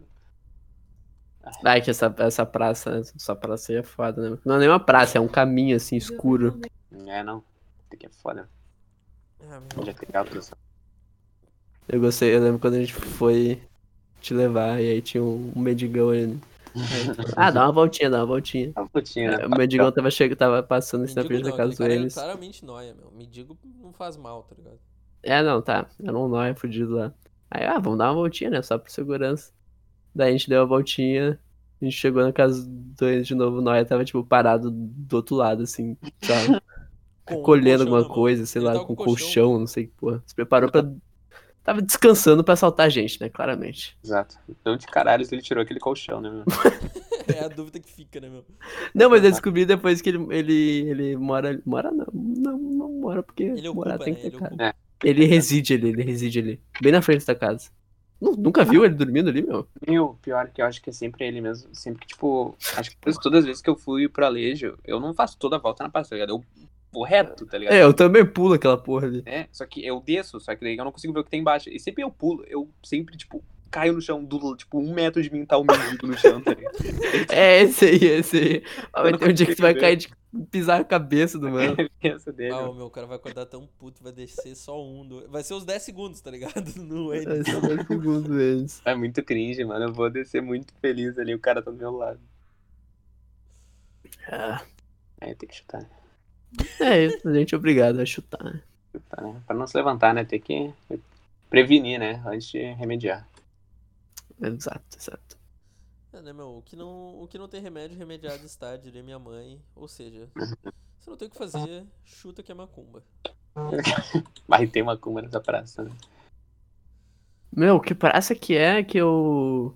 [SPEAKER 1] Ai, Ah, é que essa, essa praça, essa praça aí é foda, né? Não é nem uma praça, é um caminho assim, escuro.
[SPEAKER 3] É, não. Tem que é foda.
[SPEAKER 2] Ah,
[SPEAKER 3] Já
[SPEAKER 1] tá
[SPEAKER 2] meu.
[SPEAKER 3] tem outros.
[SPEAKER 1] Eu gostei, eu lembro quando a gente foi te levar e aí tinha um, um mendigão ali. né? Aí tu falou, ah, dá uma voltinha, dá uma voltinha.
[SPEAKER 3] É uma rotina,
[SPEAKER 1] É, O
[SPEAKER 3] né?
[SPEAKER 1] mendigão tava, chegando, tava passando assim na
[SPEAKER 2] Mendigo
[SPEAKER 1] frente da
[SPEAKER 2] não, aquele
[SPEAKER 1] casa
[SPEAKER 2] cara é
[SPEAKER 1] deles.
[SPEAKER 2] claramente nóia, meu. Mendigo não faz mal, tá ligado?
[SPEAKER 1] É, não, tá. Era um nóia fudido lá. Aí, ah, vamos dar uma voltinha, né? Só por segurança. Daí a gente deu uma voltinha, a gente chegou na casa deles de novo, o nóia tava, tipo, parado do outro lado, assim, sabe?
[SPEAKER 2] Com-
[SPEAKER 1] Tá colhendo
[SPEAKER 2] um colchão na
[SPEAKER 1] alguma
[SPEAKER 2] mão.
[SPEAKER 1] coisa, sei
[SPEAKER 2] Ele
[SPEAKER 1] lá,
[SPEAKER 2] tava
[SPEAKER 1] com
[SPEAKER 2] com
[SPEAKER 1] colchão.
[SPEAKER 2] colchão.
[SPEAKER 1] não sei que porra. Se preparou pra. Tava descansando pra assaltar a gente, né? Claramente.
[SPEAKER 3] Exato. Então, de caralho, ele tirou aquele colchão, né, meu?
[SPEAKER 2] É a dúvida que fica, né, meu?
[SPEAKER 1] Não, mas eu descobri depois que ele, ele, ele mora. Mora não, não, não mora, porque
[SPEAKER 2] Ele ocupa,
[SPEAKER 1] morar tem
[SPEAKER 2] né?
[SPEAKER 1] que ter
[SPEAKER 2] Ele
[SPEAKER 1] casa.
[SPEAKER 2] ocupa.
[SPEAKER 1] Ele reside ali, ele reside ali. Bem na frente da casa. Nu- Nunca viu ele dormindo ali, meu?
[SPEAKER 3] E o pior é que eu acho que é sempre ele mesmo. Sempre que, tipo, acho que todas as vezes que eu fui pro Alejo, eu não faço toda a volta na praça, tá ligado? Eu vou reto, tá ligado?
[SPEAKER 1] É, eu também pulo aquela porra ali.
[SPEAKER 3] né? Só que eu desço, só que daí eu não consigo ver o que tem embaixo. E sempre eu pulo, eu sempre, tipo, caio no chão, do, tipo, um metro de mim tá o mendigo no chão, tá ligado?
[SPEAKER 1] É esse aí, esse aí. Ah, Vai
[SPEAKER 3] não
[SPEAKER 1] ter um dia que tu vai
[SPEAKER 3] consigo É
[SPEAKER 1] cair de pisar a cabeça do mano.
[SPEAKER 3] Pensa dele.
[SPEAKER 2] Ah,
[SPEAKER 3] mano.
[SPEAKER 2] o meu cara vai acordar tão puto, vai descer só um. Do... Vai ser os 10 segundos, tá ligado? No
[SPEAKER 1] É,
[SPEAKER 2] N.
[SPEAKER 1] só dois segundos antes.
[SPEAKER 3] É muito cringe, mano. Eu vou descer muito feliz ali, o cara tá do meu lado.
[SPEAKER 1] Ah,
[SPEAKER 3] Aí eu tenho que chutar, né?
[SPEAKER 1] É, isso, gente, obrigado a chutar.
[SPEAKER 3] chutar, né? Pra não se levantar, né? Tem que prevenir, né? Antes de remediar.
[SPEAKER 1] Exato, exato.
[SPEAKER 2] É, né, meu? O que não, o que não tem remédio, remediado está, diria minha mãe. Ou seja, você não tem o que fazer, chuta que é macumba.
[SPEAKER 3] Mas tem uma cumba nessa praça, né?
[SPEAKER 1] Meu, que praça que é que eu.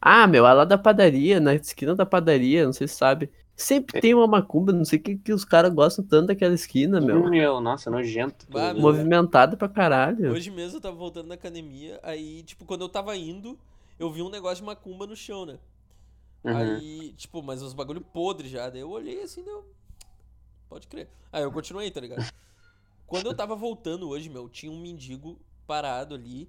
[SPEAKER 1] Ah, meu, a lá da padaria, na esquina da padaria, não sei se sabe.
[SPEAKER 3] É.
[SPEAKER 1] Sempre tem uma macumba, não sei o que, que os caras gostam tanto daquela esquina,
[SPEAKER 3] Meu,
[SPEAKER 1] meu.
[SPEAKER 3] nossa, nojento. Uhum.
[SPEAKER 2] Bah, meu.
[SPEAKER 1] Movimentada pra caralho.
[SPEAKER 2] Hoje mesmo eu tava voltando na academia, aí, tipo, quando eu tava indo, eu vi um negócio de macumba no chão, né?
[SPEAKER 3] Uhum.
[SPEAKER 2] Aí, tipo, mas uns bagulho podre já. Daí eu olhei assim, deu. Pode crer. Aí eu continuei, tá ligado? Quando eu tava voltando hoje, meu, tinha um mendigo parado ali.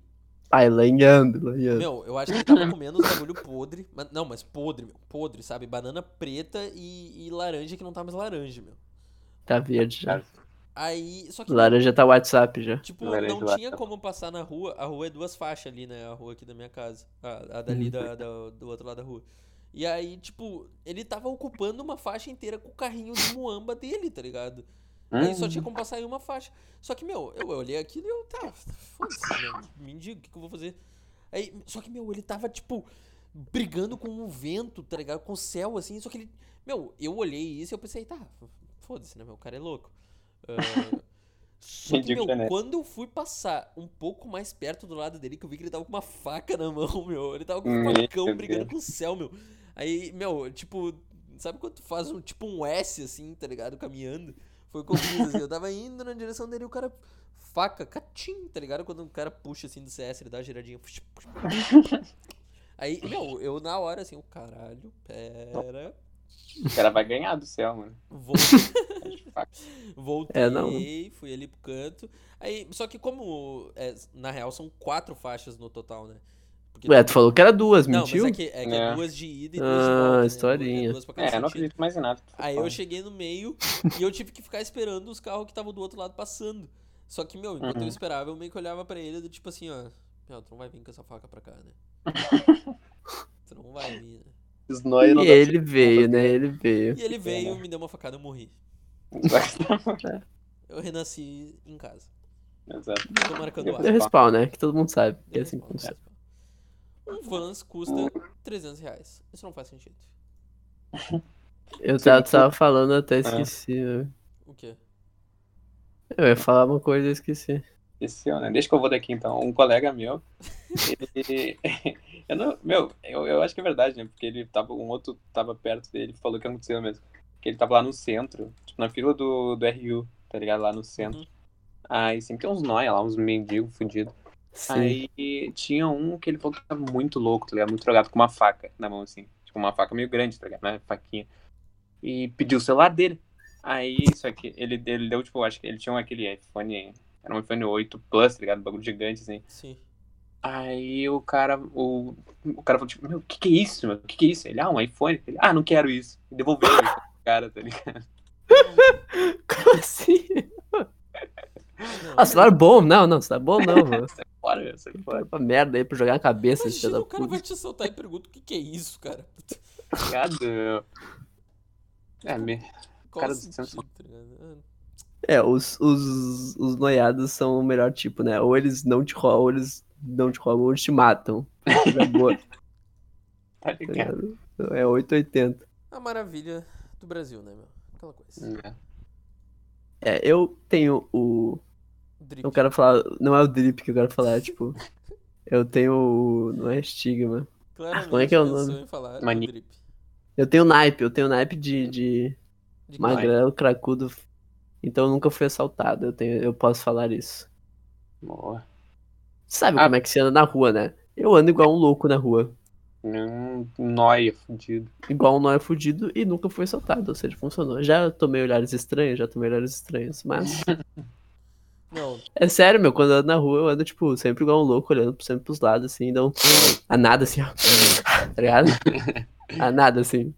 [SPEAKER 1] Ai, lanhando, lanhando.
[SPEAKER 2] Meu, eu acho que ele tava comendo uns bagulho podre. Mas, não, mas podre, meu. Podre, sabe? Banana preta e, e laranja que não tá mais laranja, meu.
[SPEAKER 1] Tá verde já.
[SPEAKER 2] Aí. Só que.
[SPEAKER 1] Laranja tá WhatsApp já.
[SPEAKER 2] Tipo,
[SPEAKER 3] Laranja
[SPEAKER 2] não
[SPEAKER 3] lá,
[SPEAKER 2] tinha
[SPEAKER 3] tá.
[SPEAKER 2] como passar na rua. A rua é duas faixas ali, né? A rua aqui da minha casa. A, a dali da, da- do outro lado da rua. E aí, tipo, ele tava ocupando uma faixa inteira com o carrinho de muamba dele, tá ligado? Aí só tinha como passar em uma faixa. Só que, meu, eu olhei aquilo e eu, tá, foda-se, meu, mendigo, o que, que eu vou fazer? Aí, só que, meu, ele tava, tipo, brigando com o vento, tá ligado? Com o céu, assim, só que ele. Meu, eu olhei isso e eu pensei, tá, foda-se, né, meu, o cara é louco. Ah, só que,
[SPEAKER 3] Mendigo
[SPEAKER 2] meu,
[SPEAKER 3] né?
[SPEAKER 2] quando eu fui passar um pouco mais perto do lado dele, que eu vi que ele tava com uma faca na mão, meu. Ele tava com um
[SPEAKER 3] Meu
[SPEAKER 2] facão
[SPEAKER 3] Deus.
[SPEAKER 2] brigando com o céu, meu. Aí, meu, tipo, sabe quando tu faz um tipo um S assim, tá ligado? Caminhando. Foi o que eu fiz, assim. Eu tava indo na direção dele e o cara. Faca, catim, tá ligado? Quando um cara puxa assim do CS, ele dá uma giradinha. puxa, puxa. Aí, meu, eu na hora assim, o caralho, pera.
[SPEAKER 3] O cara vai ganhar do céu, mano.
[SPEAKER 2] Vou. Voltei,
[SPEAKER 1] É, não.
[SPEAKER 2] fui ali pro canto. Aí, só que como, é, na real, são quatro faixas no total, né? Porque
[SPEAKER 1] Ué, É, tu falou que era duas,
[SPEAKER 2] Não,
[SPEAKER 1] mentiu?
[SPEAKER 2] mas é que, é, que é
[SPEAKER 3] É.
[SPEAKER 2] duas de ida e
[SPEAKER 1] Ah,
[SPEAKER 2] duas de volta. né?
[SPEAKER 1] historinha.
[SPEAKER 2] É, duas pra cada
[SPEAKER 3] É, eu não
[SPEAKER 2] sentido.
[SPEAKER 3] acredito mais em nada.
[SPEAKER 2] Aí eu cheguei no meio e eu tive que ficar esperando os carros que estavam do outro lado passando. Só que, meu, enquanto eu
[SPEAKER 3] Uhum.
[SPEAKER 2] esperava, eu meio que olhava pra ele do tipo assim, ó. Meu, tu não vai vir com essa faca pra cá, né? tu não vai vir, né?
[SPEAKER 3] Snoy
[SPEAKER 1] E ele veio, né? Ele veio.
[SPEAKER 2] é. E ele veio, me deu uma facada, eu morri. Eu renasci em casa.
[SPEAKER 3] Exato.
[SPEAKER 2] Tô marcando
[SPEAKER 1] Deu
[SPEAKER 2] ar.
[SPEAKER 1] respawn, né? Que todo mundo sabe. Que é
[SPEAKER 2] Deu
[SPEAKER 1] assim que funciona.
[SPEAKER 2] resposta, deu resposta. Um Vans custa 300 reais. Isso não faz sentido.
[SPEAKER 1] Eu
[SPEAKER 3] Sim,
[SPEAKER 1] tava,
[SPEAKER 3] tu-
[SPEAKER 1] tava falando, eu
[SPEAKER 2] É.
[SPEAKER 1] até esqueci. né?
[SPEAKER 2] O quê?
[SPEAKER 1] Eu ia falar uma coisa e eu esqueci.
[SPEAKER 3] Esse, né? Deixa que eu vou daqui então. Um colega meu. Ele... eu não... Meu, eu, eu acho que é verdade, né? Porque ele tava. Um outro tava perto dele falou que aconteceu mesmo. Que ele tava lá no centro, tipo, na fila do, do RU, tá ligado? Lá no
[SPEAKER 2] Uhum.
[SPEAKER 3] centro. Aí sempre tem uns nóia lá, uns mendigos fudidos.
[SPEAKER 1] Sim.
[SPEAKER 3] Aí tinha um que ele falou que tava muito louco, tá ligado? Muito drogado com uma faca na mão, assim. Tipo, uma faca meio grande, tá ligado? Né? Faquinha. E pediu o celular dele. Aí, só que ele, ele deu, tipo, acho que ele tinha um aquele iPhone. Era um iPhone 8 Plus, tá ligado? Um bagulho gigante, assim.
[SPEAKER 2] Sim.
[SPEAKER 3] Aí o cara, o, o cara falou, tipo, meu, o que que é isso, meu? O que que é isso? Ele, ah, um iPhone. Ele, ah, não quero isso. E devolveu o iPhone pro cara, tá ligado?
[SPEAKER 1] Como assim?
[SPEAKER 2] Não,
[SPEAKER 1] Ah, celular bom? Não, não, celular bom não, mano.
[SPEAKER 3] Fora, meu, sai fora,
[SPEAKER 1] Vai pra merda aí pra jogar na cabeça esse filho
[SPEAKER 2] Imagina
[SPEAKER 1] da
[SPEAKER 2] o cara
[SPEAKER 1] puta.
[SPEAKER 2] vai te assaltar e pergunta o que, que é isso, cara.
[SPEAKER 3] tá ligado, meu? É, me...
[SPEAKER 2] Qual
[SPEAKER 3] Cara
[SPEAKER 2] o
[SPEAKER 3] do
[SPEAKER 2] sentido,
[SPEAKER 3] senso-
[SPEAKER 2] tá ligado? Ah,
[SPEAKER 1] É, os, os, os noiados são o melhor tipo, né? Ou eles não te roubam, ou eles não te roubam, ou eles te matam. Coisa boa, tá
[SPEAKER 3] tá ligado?
[SPEAKER 1] ligado? Então É 880.
[SPEAKER 2] A maravilha do Brasil, né, meu? Aquela coisa.
[SPEAKER 3] É.
[SPEAKER 1] É, eu tenho Então o.
[SPEAKER 2] Drip.
[SPEAKER 1] Eu quero falar. Não é o drip que eu quero falar, é tipo. Eu tenho o. Não é estigma.
[SPEAKER 2] Claramente
[SPEAKER 1] como é que é o
[SPEAKER 2] pensou
[SPEAKER 1] nome?
[SPEAKER 2] em falar
[SPEAKER 3] Mani-
[SPEAKER 2] do drip.
[SPEAKER 1] Eu tenho naipe, eu tenho naipe de, de
[SPEAKER 2] De
[SPEAKER 1] magrelo, cracudo. Então eu nunca fui assaltado, eu, tenho, eu posso falar isso.
[SPEAKER 3] Boa.
[SPEAKER 1] Sabe
[SPEAKER 3] Ah.
[SPEAKER 1] como é que você anda na rua, né? Eu ando igual um louco na rua.
[SPEAKER 3] Hum, nóia, fudido.
[SPEAKER 1] Igual um nóia fudido e nunca fui assaltado, ou seja, funcionou. Já tomei olhares estranhos, já tomei olhares estranhos, mas.
[SPEAKER 2] Não,
[SPEAKER 1] É sério, meu, quando eu ando na rua, eu ando, tipo, sempre igual um louco, olhando sempre pros lados, assim, não. A nada, assim, ó. Tá ligado? A nada, assim.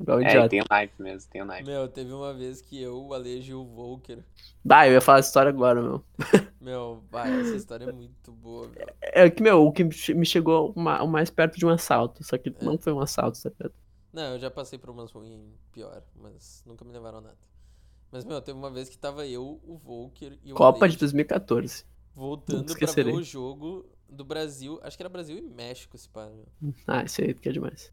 [SPEAKER 1] Igual um
[SPEAKER 3] É, e
[SPEAKER 1] idiota.
[SPEAKER 3] tem o naipe mesmo, tem o naipe.
[SPEAKER 2] meu, teve uma vez que eu, o Alejo e o Volker.
[SPEAKER 1] Bah, eu ia falar a história agora, meu.
[SPEAKER 2] Meu, vai, essa história é muito boa, meu.
[SPEAKER 1] É que, meu, o que me chegou ma- o mais perto de um assalto, só que não foi um assalto, tá ligado?
[SPEAKER 2] Não, eu já passei por umas ruins pior, mas nunca me levaram nada. Mas, meu, teve uma vez que tava eu, o Volker e o
[SPEAKER 1] Copa de
[SPEAKER 2] Alejo
[SPEAKER 1] 2014. Nunca
[SPEAKER 2] voltando pra ver
[SPEAKER 1] esquecerei.
[SPEAKER 2] o jogo do Brasil. Acho que era Brasil e México, esse pá, meu.
[SPEAKER 1] Ah, isso aí que é demais.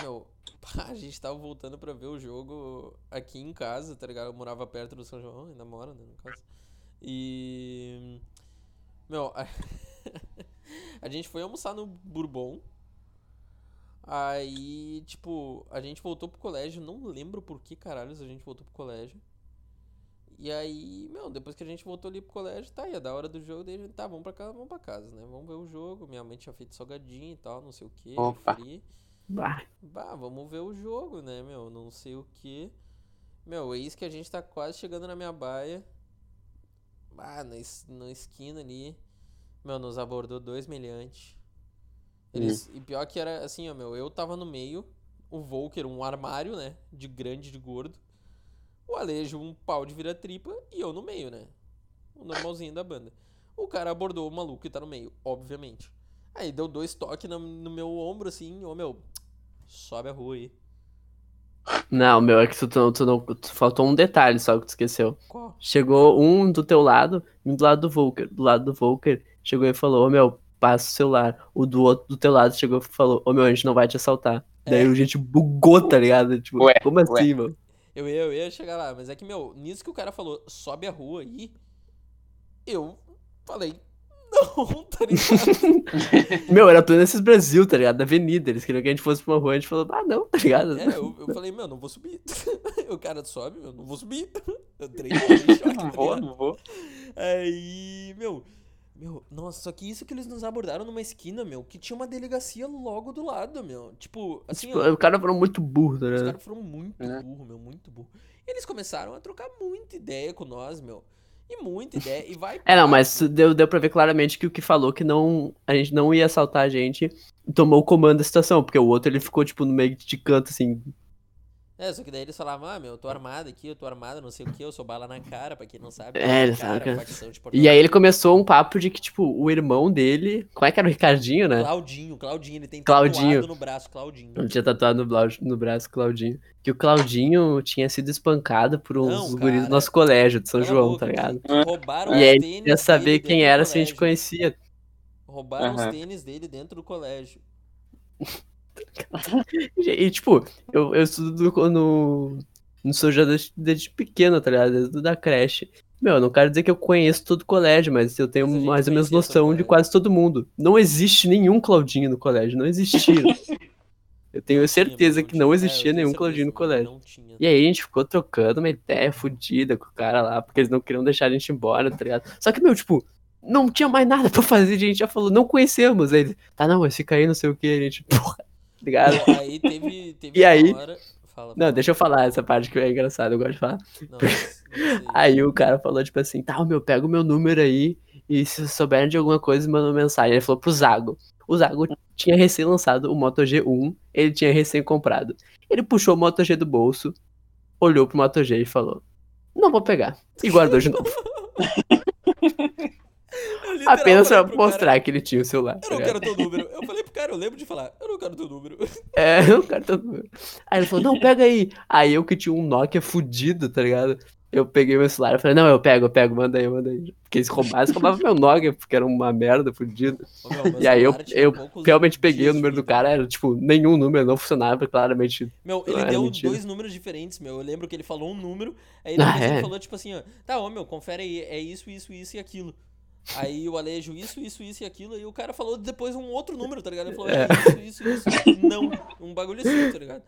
[SPEAKER 2] Meu, pá, a gente tava voltando pra ver o jogo aqui em casa, tá ligado? Eu morava perto do São João, ainda moro, né, no caso. E. Meu, a, a gente foi almoçar no Bourbon. Aí, tipo, a gente voltou pro colégio, não lembro por que caralhos a gente voltou pro colégio. E aí, meu, depois que a gente voltou ali pro colégio, tá, ia da hora do jogo, daí a gente, tá, vamos pra casa, vamos pra casa, né? Vamos ver o jogo, minha mãe tinha feito salgadinho e tal, não sei o que,
[SPEAKER 3] Opa.
[SPEAKER 2] refri.
[SPEAKER 1] Bah,
[SPEAKER 2] Bah, vamos ver o jogo, né, meu? Não sei o que. Meu, é isso que a gente tá quase chegando na minha baia. Ah, na, es- na esquina ali. Meu, nos abordou dois meliantes. Eles, E pior que era assim, ó, meu, eu tava no meio, o Volker, um armário, né? De grande, de gordo. O Alejo, um pau de vira-tripa, e eu no meio, né? O normalzinho da banda. O cara abordou o maluco que tá no meio, obviamente. Aí deu dois toques no, no meu ombro, assim, ô meu, sobe a rua aí.
[SPEAKER 1] Não, meu, é que tu, não- tu não. Tu faltou um detalhe só que tu esqueceu.
[SPEAKER 2] Qual?
[SPEAKER 1] Chegou um do teu lado e um do lado do Volker. Do lado do Volker, chegou e falou: Ô meu, passa o celular. O do outro do teu lado chegou e falou: Ô meu, a gente não vai te assaltar.
[SPEAKER 2] É.
[SPEAKER 1] Daí a gente bugou, tá ligado? Tipo,
[SPEAKER 3] Ué,
[SPEAKER 1] como assim, meu?
[SPEAKER 2] Eu ia, eu ia chegar lá, mas é que, meu, nisso que o cara falou, sobe a rua aí, eu falei, não, tá ligado?
[SPEAKER 1] Meu, era tudo nesses Brasil, tá ligado? Na avenida. Eles queriam que a gente fosse pra uma rua, a gente falou, ah, não, tá ligado?
[SPEAKER 2] é, eu, eu falei, meu, não vou subir. o cara sobe, eu não vou subir. Eu entrei em choque, tá
[SPEAKER 3] Não
[SPEAKER 1] é.
[SPEAKER 3] vou,
[SPEAKER 2] ligado?
[SPEAKER 3] não vou.
[SPEAKER 2] Aí, meu, meu, nossa, só que isso que eles nos abordaram numa esquina, meu, que tinha uma delegacia logo do lado, meu. Tipo, assim,
[SPEAKER 1] Tipo,
[SPEAKER 2] ó,
[SPEAKER 1] o cara falou muito burro, tá
[SPEAKER 2] Os
[SPEAKER 1] ligado?
[SPEAKER 2] caras foram muito
[SPEAKER 3] Né?
[SPEAKER 2] burro, meu, muito burro. E eles começaram a trocar muita ideia com nós, meu. E muita ideia. E vai.
[SPEAKER 1] É, não,
[SPEAKER 2] pá,
[SPEAKER 1] mas deu, deu pra ver claramente que o que falou que não, a gente não ia assaltar a gente tomou o comando da situação, porque o outro ele ficou, tipo, no meio de canto, assim.
[SPEAKER 2] É, só que daí eles falavam, ah, meu, eu tô armado aqui, eu tô armado, não sei o que, eu sou bala na cara, pra quem não sabe.
[SPEAKER 1] É,
[SPEAKER 2] bala na
[SPEAKER 1] eles falam, cara.
[SPEAKER 2] facção de Porto
[SPEAKER 1] E aí ele começou um papo de que, tipo, o irmão dele. Como é que era o Ricardinho, né?
[SPEAKER 2] Claudinho, Claudinho, ele tem
[SPEAKER 1] Claudinho.
[SPEAKER 2] tatuado no braço, Claudinho.
[SPEAKER 1] Ele tinha tatuado no, blau- no braço Claudinho. Que o Claudinho tinha sido espancado por uns
[SPEAKER 2] Não,
[SPEAKER 1] guris do
[SPEAKER 2] cara.
[SPEAKER 1] nosso colégio, de São
[SPEAKER 2] Cala a
[SPEAKER 1] João,
[SPEAKER 2] boca,
[SPEAKER 1] tá
[SPEAKER 2] que-
[SPEAKER 1] ligado?
[SPEAKER 2] que Roubaram
[SPEAKER 1] E aí
[SPEAKER 2] os
[SPEAKER 1] ele
[SPEAKER 2] tênis
[SPEAKER 1] queria saber
[SPEAKER 2] dele
[SPEAKER 1] quem
[SPEAKER 2] dentro do
[SPEAKER 1] era, se a gente
[SPEAKER 2] colégio.
[SPEAKER 1] conhecia.
[SPEAKER 2] Roubaram os
[SPEAKER 3] Aham.
[SPEAKER 2] tênis dele dentro do colégio.
[SPEAKER 1] E, tipo, eu, eu estudo no, no, no São João desde, desde pequeno, tá ligado? Desde da creche. Meu, eu não quero dizer que eu conheço todo o colégio, mas eu tenho
[SPEAKER 2] Mas a gente
[SPEAKER 1] mais ou menos
[SPEAKER 2] conhecia todo o
[SPEAKER 1] noção de
[SPEAKER 2] colégio.
[SPEAKER 1] quase todo mundo. Não existe nenhum Claudinho no colégio, não existia. eu tenho
[SPEAKER 2] Tinha,
[SPEAKER 1] certeza
[SPEAKER 2] meu,
[SPEAKER 1] que não
[SPEAKER 2] tinha. É, eu
[SPEAKER 1] existia
[SPEAKER 2] tenho
[SPEAKER 1] nenhum
[SPEAKER 2] certeza
[SPEAKER 1] Claudinho no
[SPEAKER 2] também,
[SPEAKER 1] colégio.
[SPEAKER 2] Não tinha.
[SPEAKER 1] E aí a gente ficou trocando uma ideia fodida com o cara lá, porque eles não queriam deixar a gente embora, tá ligado? Só que, meu, tipo, não tinha mais nada pra fazer, a gente já falou, não conhecemos. Aí ele, tá, não, mas fica aí, não sei o que, a gente, porra, tá ligado?
[SPEAKER 2] Pô, Aí teve, teve
[SPEAKER 1] E aí?
[SPEAKER 2] uma hora. Fala,
[SPEAKER 1] Não,
[SPEAKER 2] fala.
[SPEAKER 1] deixa eu falar essa parte que é engraçada, eu gosto de falar.
[SPEAKER 2] Não, não sei.
[SPEAKER 1] Aí o cara falou, tipo assim, tá, meu, pega o meu número aí e se souberem de alguma coisa, manda uma mensagem. Ele falou pro Zago. O Zago tinha recém-lançado o Moto G1, ele tinha recém-comprado. Ele puxou o Moto G do bolso, olhou pro Moto G e falou, não vou pegar. E guardou de novo.
[SPEAKER 2] Eu literal
[SPEAKER 1] Apenas
[SPEAKER 2] falei
[SPEAKER 1] pra
[SPEAKER 2] pro
[SPEAKER 1] mostrar
[SPEAKER 2] cara,
[SPEAKER 1] que ele tinha o celular. tá
[SPEAKER 2] eu não
[SPEAKER 1] ligado?
[SPEAKER 2] quero teu número. Eu falei pro cara, eu lembro de falar, eu não quero teu número.
[SPEAKER 1] É, eu quero teu número. Aí ele falou, não, pega aí. Aí eu que tinha um Nokia fudido, tá ligado? Eu peguei meu celular e falei, não, eu pego, eu pego, manda aí, manda aí. Porque se roubasse, roubava meu Nokia, porque era uma merda fudida.
[SPEAKER 2] Ô, meu, meu
[SPEAKER 1] E aí eu-
[SPEAKER 2] celular tinha
[SPEAKER 1] eu
[SPEAKER 2] poucos
[SPEAKER 1] realmente peguei o
[SPEAKER 2] dias de
[SPEAKER 1] número do
[SPEAKER 2] vida.
[SPEAKER 1] cara, era tipo, nenhum número não funcionava, claramente.
[SPEAKER 2] Meu, ele
[SPEAKER 1] Ah, é
[SPEAKER 2] deu
[SPEAKER 1] mentira.
[SPEAKER 2] dois números diferentes, meu. Eu lembro que ele falou um número, aí ele,
[SPEAKER 1] Ah,
[SPEAKER 2] depois ele
[SPEAKER 1] é?
[SPEAKER 2] falou tipo assim, ó, tá, ô meu, confere aí, é isso, isso, isso e aquilo. Aí o Alejo, isso, isso, isso e aquilo, e o cara falou depois um outro número, tá ligado? Ele falou, é.
[SPEAKER 1] É.
[SPEAKER 2] isso, isso, isso, não, um bagulho assim, tá ligado?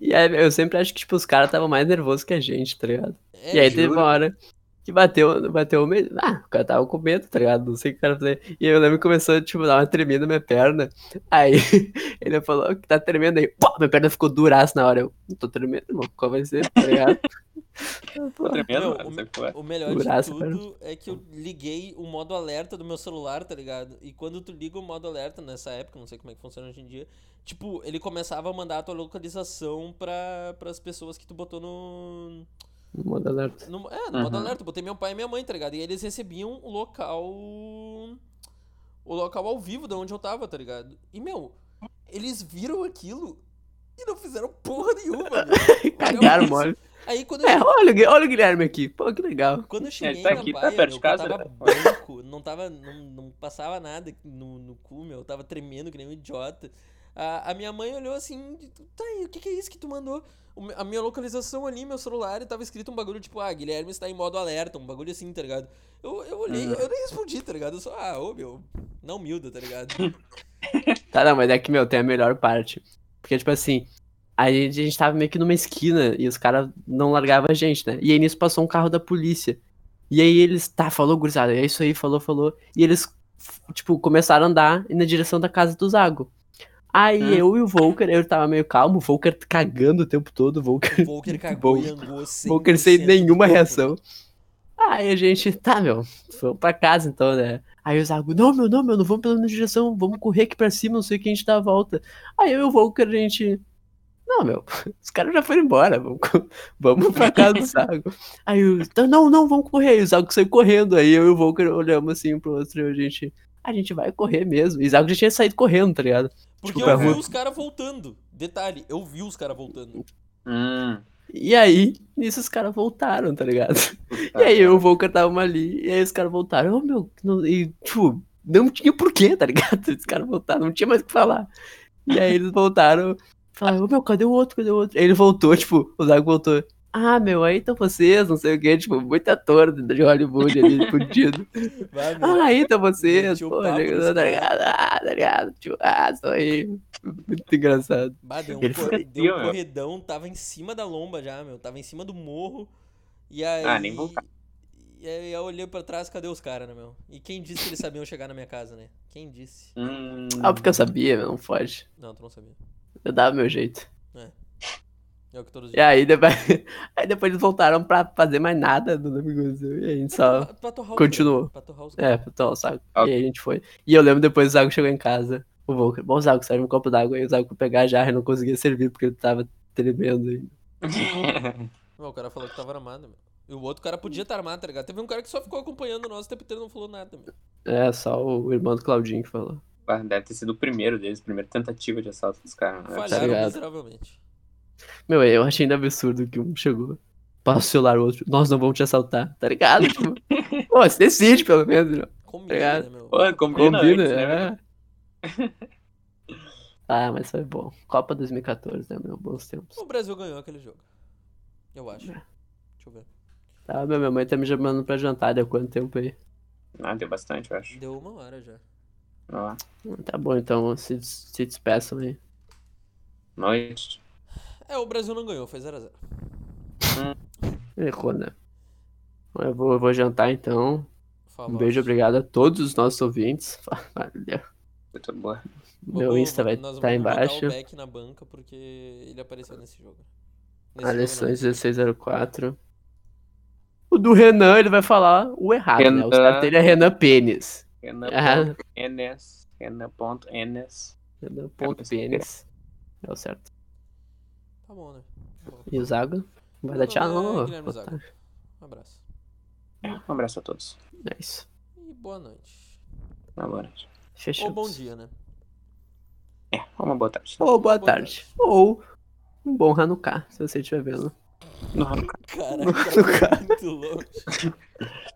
[SPEAKER 1] E aí, eu sempre acho que, tipo, os caras estavam mais nervosos que a gente, tá ligado?
[SPEAKER 2] É,
[SPEAKER 1] e aí
[SPEAKER 2] juro.
[SPEAKER 1] teve uma hora que bateu, bateu o medo. Ah, o cara tava com medo, tá ligado? Não sei o que o cara fazer. E aí eu lembro que começou a, tipo, dar uma tremida na minha perna. Aí ele falou que tá tremendo aí. Pô, minha perna ficou duraça na hora. Eu não tô tremendo, irmão. Qual vai ser, tá ligado? Pô,
[SPEAKER 3] Tremendo,
[SPEAKER 2] Não,
[SPEAKER 3] mano.
[SPEAKER 2] o-
[SPEAKER 3] sabe qual é?
[SPEAKER 2] O melhor
[SPEAKER 1] Duraço,
[SPEAKER 2] de tudo é que eu liguei o modo alerta do meu celular, tá ligado? E quando tu liga o modo alerta nessa época, não sei como é que funciona hoje em dia, tipo, ele começava a mandar a tua localização pra, pras pessoas que tu botou no.
[SPEAKER 1] modo alerta.
[SPEAKER 2] no é, no modo
[SPEAKER 3] Uhum.
[SPEAKER 2] alerta, eu botei meu pai e minha mãe, tá ligado? E eles recebiam o local. O local ao vivo de onde eu tava, tá ligado? E, meu, eles viram aquilo e não fizeram porra nenhuma, meu.
[SPEAKER 1] Cagaram, mole.
[SPEAKER 2] Aí quando eu
[SPEAKER 1] É, olha, o Gui- olha o Guilherme aqui. Pô, que legal.
[SPEAKER 2] quando eu
[SPEAKER 3] ele
[SPEAKER 2] cheguei
[SPEAKER 3] tá
[SPEAKER 2] na
[SPEAKER 3] aqui, tá
[SPEAKER 2] baia,
[SPEAKER 3] perto
[SPEAKER 2] meu,
[SPEAKER 3] de
[SPEAKER 2] que eu
[SPEAKER 3] casa,
[SPEAKER 2] tava
[SPEAKER 3] né?
[SPEAKER 2] branco, não tava, não, não passava nada no, no cu, meu, eu tava tremendo que nem um idiota. A, a minha mãe olhou assim, tá aí, o que que é isso que tu mandou? O me- a minha localização ali, meu celular, e tava escrito um bagulho tipo, ah, Guilherme está em modo alerta, um bagulho assim, tá ligado? Eu, eu olhei,
[SPEAKER 3] Uhum.
[SPEAKER 2] eu nem respondi, tá ligado? Eu só, ah, ô, meu, não humilda, tá ligado?
[SPEAKER 1] Tá, não, mas é que, meu, tem a melhor parte. Porque, tipo assim, a gente, a gente tava meio que numa esquina e os caras não largavam a gente, né? E aí nisso passou um carro da polícia. E aí eles, tá, falou, gurizada, é isso aí, falou, falou. E eles, f- tipo, começaram a andar na direção da casa do Zago. Aí
[SPEAKER 3] Hum.
[SPEAKER 1] eu e o Volker, eu tava meio calmo, o Volker cagando o tempo todo, o Volker
[SPEAKER 2] O Volker cagou
[SPEAKER 1] bom.
[SPEAKER 2] e angou sem
[SPEAKER 1] Vou crescer sem nenhuma reação. Aí a gente, tá, meu, vamos pra casa então, né? Aí o Zago, não, meu, não, meu, não vamos pela minha direção, vamos correr aqui pra cima, não sei o que, a gente dá a volta. Aí eu e o Volker, a gente, não, meu, os caras já foram embora, vamos, co- vamos pra casa do Zago. Aí o, então, não, não, vamos correr. Aí o Zago saiu correndo, aí eu e o Volker olhamos assim pro outro e a gente, a gente vai correr mesmo. E o Zago já tinha saído correndo, tá ligado?
[SPEAKER 2] Porque
[SPEAKER 1] Tipo, pra
[SPEAKER 2] eu vi
[SPEAKER 1] rua.
[SPEAKER 2] os caras voltando. Detalhe, eu vi os caras voltando.
[SPEAKER 3] Hum.
[SPEAKER 1] E aí, nisso os caras voltaram, tá ligado? E aí eu e o Volker tava ali, e aí os caras voltaram, oh, meu, não- e tipo, não tinha porquê, tá ligado? Os caras voltaram, não tinha mais o que falar. E aí eles voltaram, falaram, ô meu, cadê o outro, cadê o outro? Aí ele voltou, tipo, o Zago voltou, ah, meu, aí estão vocês, não sei o quê, tipo, muito ator de Hollywood ali, fudido.
[SPEAKER 2] Vai, meu.
[SPEAKER 1] Ah, aí estão vocês,
[SPEAKER 2] Meti o
[SPEAKER 1] pô,
[SPEAKER 2] papo
[SPEAKER 1] tá
[SPEAKER 2] nesse
[SPEAKER 1] ligado, tá ligado, ah, tá ligado, tipo, ah, isso aí, muito engraçado.
[SPEAKER 2] Bah, deu um,
[SPEAKER 1] Ele
[SPEAKER 2] cor-
[SPEAKER 1] fica
[SPEAKER 2] deu um
[SPEAKER 3] assim, ó.
[SPEAKER 2] corredão, tava em cima da lomba já, meu. Tava em cima do morro. E aí.
[SPEAKER 3] Ah, nem voltar.
[SPEAKER 2] E aí eu olhei pra trás, cadê os caras, né, meu? E quem disse que eles sabiam chegar na minha casa, né? Quem disse?
[SPEAKER 3] Hum.
[SPEAKER 1] Ah, porque eu sabia, meu, não pode,
[SPEAKER 2] Não, tu não sabia.
[SPEAKER 1] eu dava meu jeito.
[SPEAKER 2] É o que todos
[SPEAKER 1] E aí depois, aí depois eles voltaram pra fazer mais nada do Domingo Zoo. E a gente só.
[SPEAKER 2] Pra- pra torrar os
[SPEAKER 1] continuou.
[SPEAKER 2] caras, Pra torrar os caras.
[SPEAKER 1] É, então, saco. E aí a gente foi. E eu lembro depois o Zago chegou em casa. O Volker, bom, Zago, serve um copo d'água. Aí o Zago foi pegar a jarra e não conseguia servir porque ele tava tremendo. E...
[SPEAKER 2] Meu, o cara falou que tava armado, meu. E o outro cara podia estar armado, tá ligado? Teve um cara que só ficou acompanhando nós o tempo inteiro e não falou nada, meu.
[SPEAKER 1] É, só o irmão do Claudinho que falou.
[SPEAKER 3] Ah, Deve ter sido o primeiro deles, a primeira tentativa de assalto dos caras. né?
[SPEAKER 2] Falharam
[SPEAKER 1] tá ligado.
[SPEAKER 2] miseravelmente.
[SPEAKER 1] Meu, eu achei ainda absurdo que um chegou. Passa o celular, o outro. Nós não vamos te assaltar, tá ligado? Tipo, pô, se decide pelo menos. né?
[SPEAKER 2] Combina,
[SPEAKER 1] Obrigado.
[SPEAKER 2] né, meu?
[SPEAKER 3] Pô, combina,
[SPEAKER 1] Combina,
[SPEAKER 3] antes, né?
[SPEAKER 1] é. Ah, mas foi bom. Copa 2014, né, meu? Bons tempos.
[SPEAKER 2] O Brasil ganhou aquele jogo. Eu acho.
[SPEAKER 1] É.
[SPEAKER 2] Deixa eu ver.
[SPEAKER 1] Tá, meu, minha mãe tá me chamando pra jantar, deu quanto tempo aí? é.
[SPEAKER 3] Ah, deu bastante, eu acho.
[SPEAKER 2] Deu uma hora já.
[SPEAKER 3] Ó,
[SPEAKER 1] Hum, Tá bom, então se, des- se despeçam aí.
[SPEAKER 3] noite.
[SPEAKER 2] É, o Brasil não ganhou, foi 0x0.
[SPEAKER 1] Errou, né? Bom, Eu vou, eu vou jantar então.
[SPEAKER 2] Falou.
[SPEAKER 1] Um beijo, obrigado a todos os nossos ouvintes. Valeu.
[SPEAKER 3] Muito boa.
[SPEAKER 1] Meu Insta vai
[SPEAKER 2] nós
[SPEAKER 1] estar
[SPEAKER 2] vamos botar
[SPEAKER 1] embaixo.
[SPEAKER 2] o Beck na banca porque ele apareceu nesse jogo. Nesse jogo, né? não.
[SPEAKER 1] Alessões 1604. O do Renan, ele vai falar o errado, né? O
[SPEAKER 3] Renan.
[SPEAKER 1] certo dele é Renan Pênis.
[SPEAKER 2] Tá
[SPEAKER 1] Ah.
[SPEAKER 3] Renan.ns. Renan.ns.
[SPEAKER 1] Renan ponto pênis. É o certo.
[SPEAKER 2] Tá bom, né? Tá bom.
[SPEAKER 1] E o Zago? Vai
[SPEAKER 2] Meu
[SPEAKER 1] dar tchau,
[SPEAKER 2] nome é
[SPEAKER 1] não?
[SPEAKER 2] Guilherme Zago. Um abraço.
[SPEAKER 3] Um abraço a todos.
[SPEAKER 1] É isso.
[SPEAKER 2] E boa noite.
[SPEAKER 3] Uma boa noite.
[SPEAKER 2] Ou
[SPEAKER 1] Fechamos.
[SPEAKER 2] bom dia, né?
[SPEAKER 3] É, uma boa tarde.
[SPEAKER 1] Ou boa,
[SPEAKER 2] Boa
[SPEAKER 1] tarde.
[SPEAKER 2] tarde.
[SPEAKER 1] Ou um bom Hanukkah, se você estiver vendo.
[SPEAKER 3] No-
[SPEAKER 2] Caraca, tá muito longe.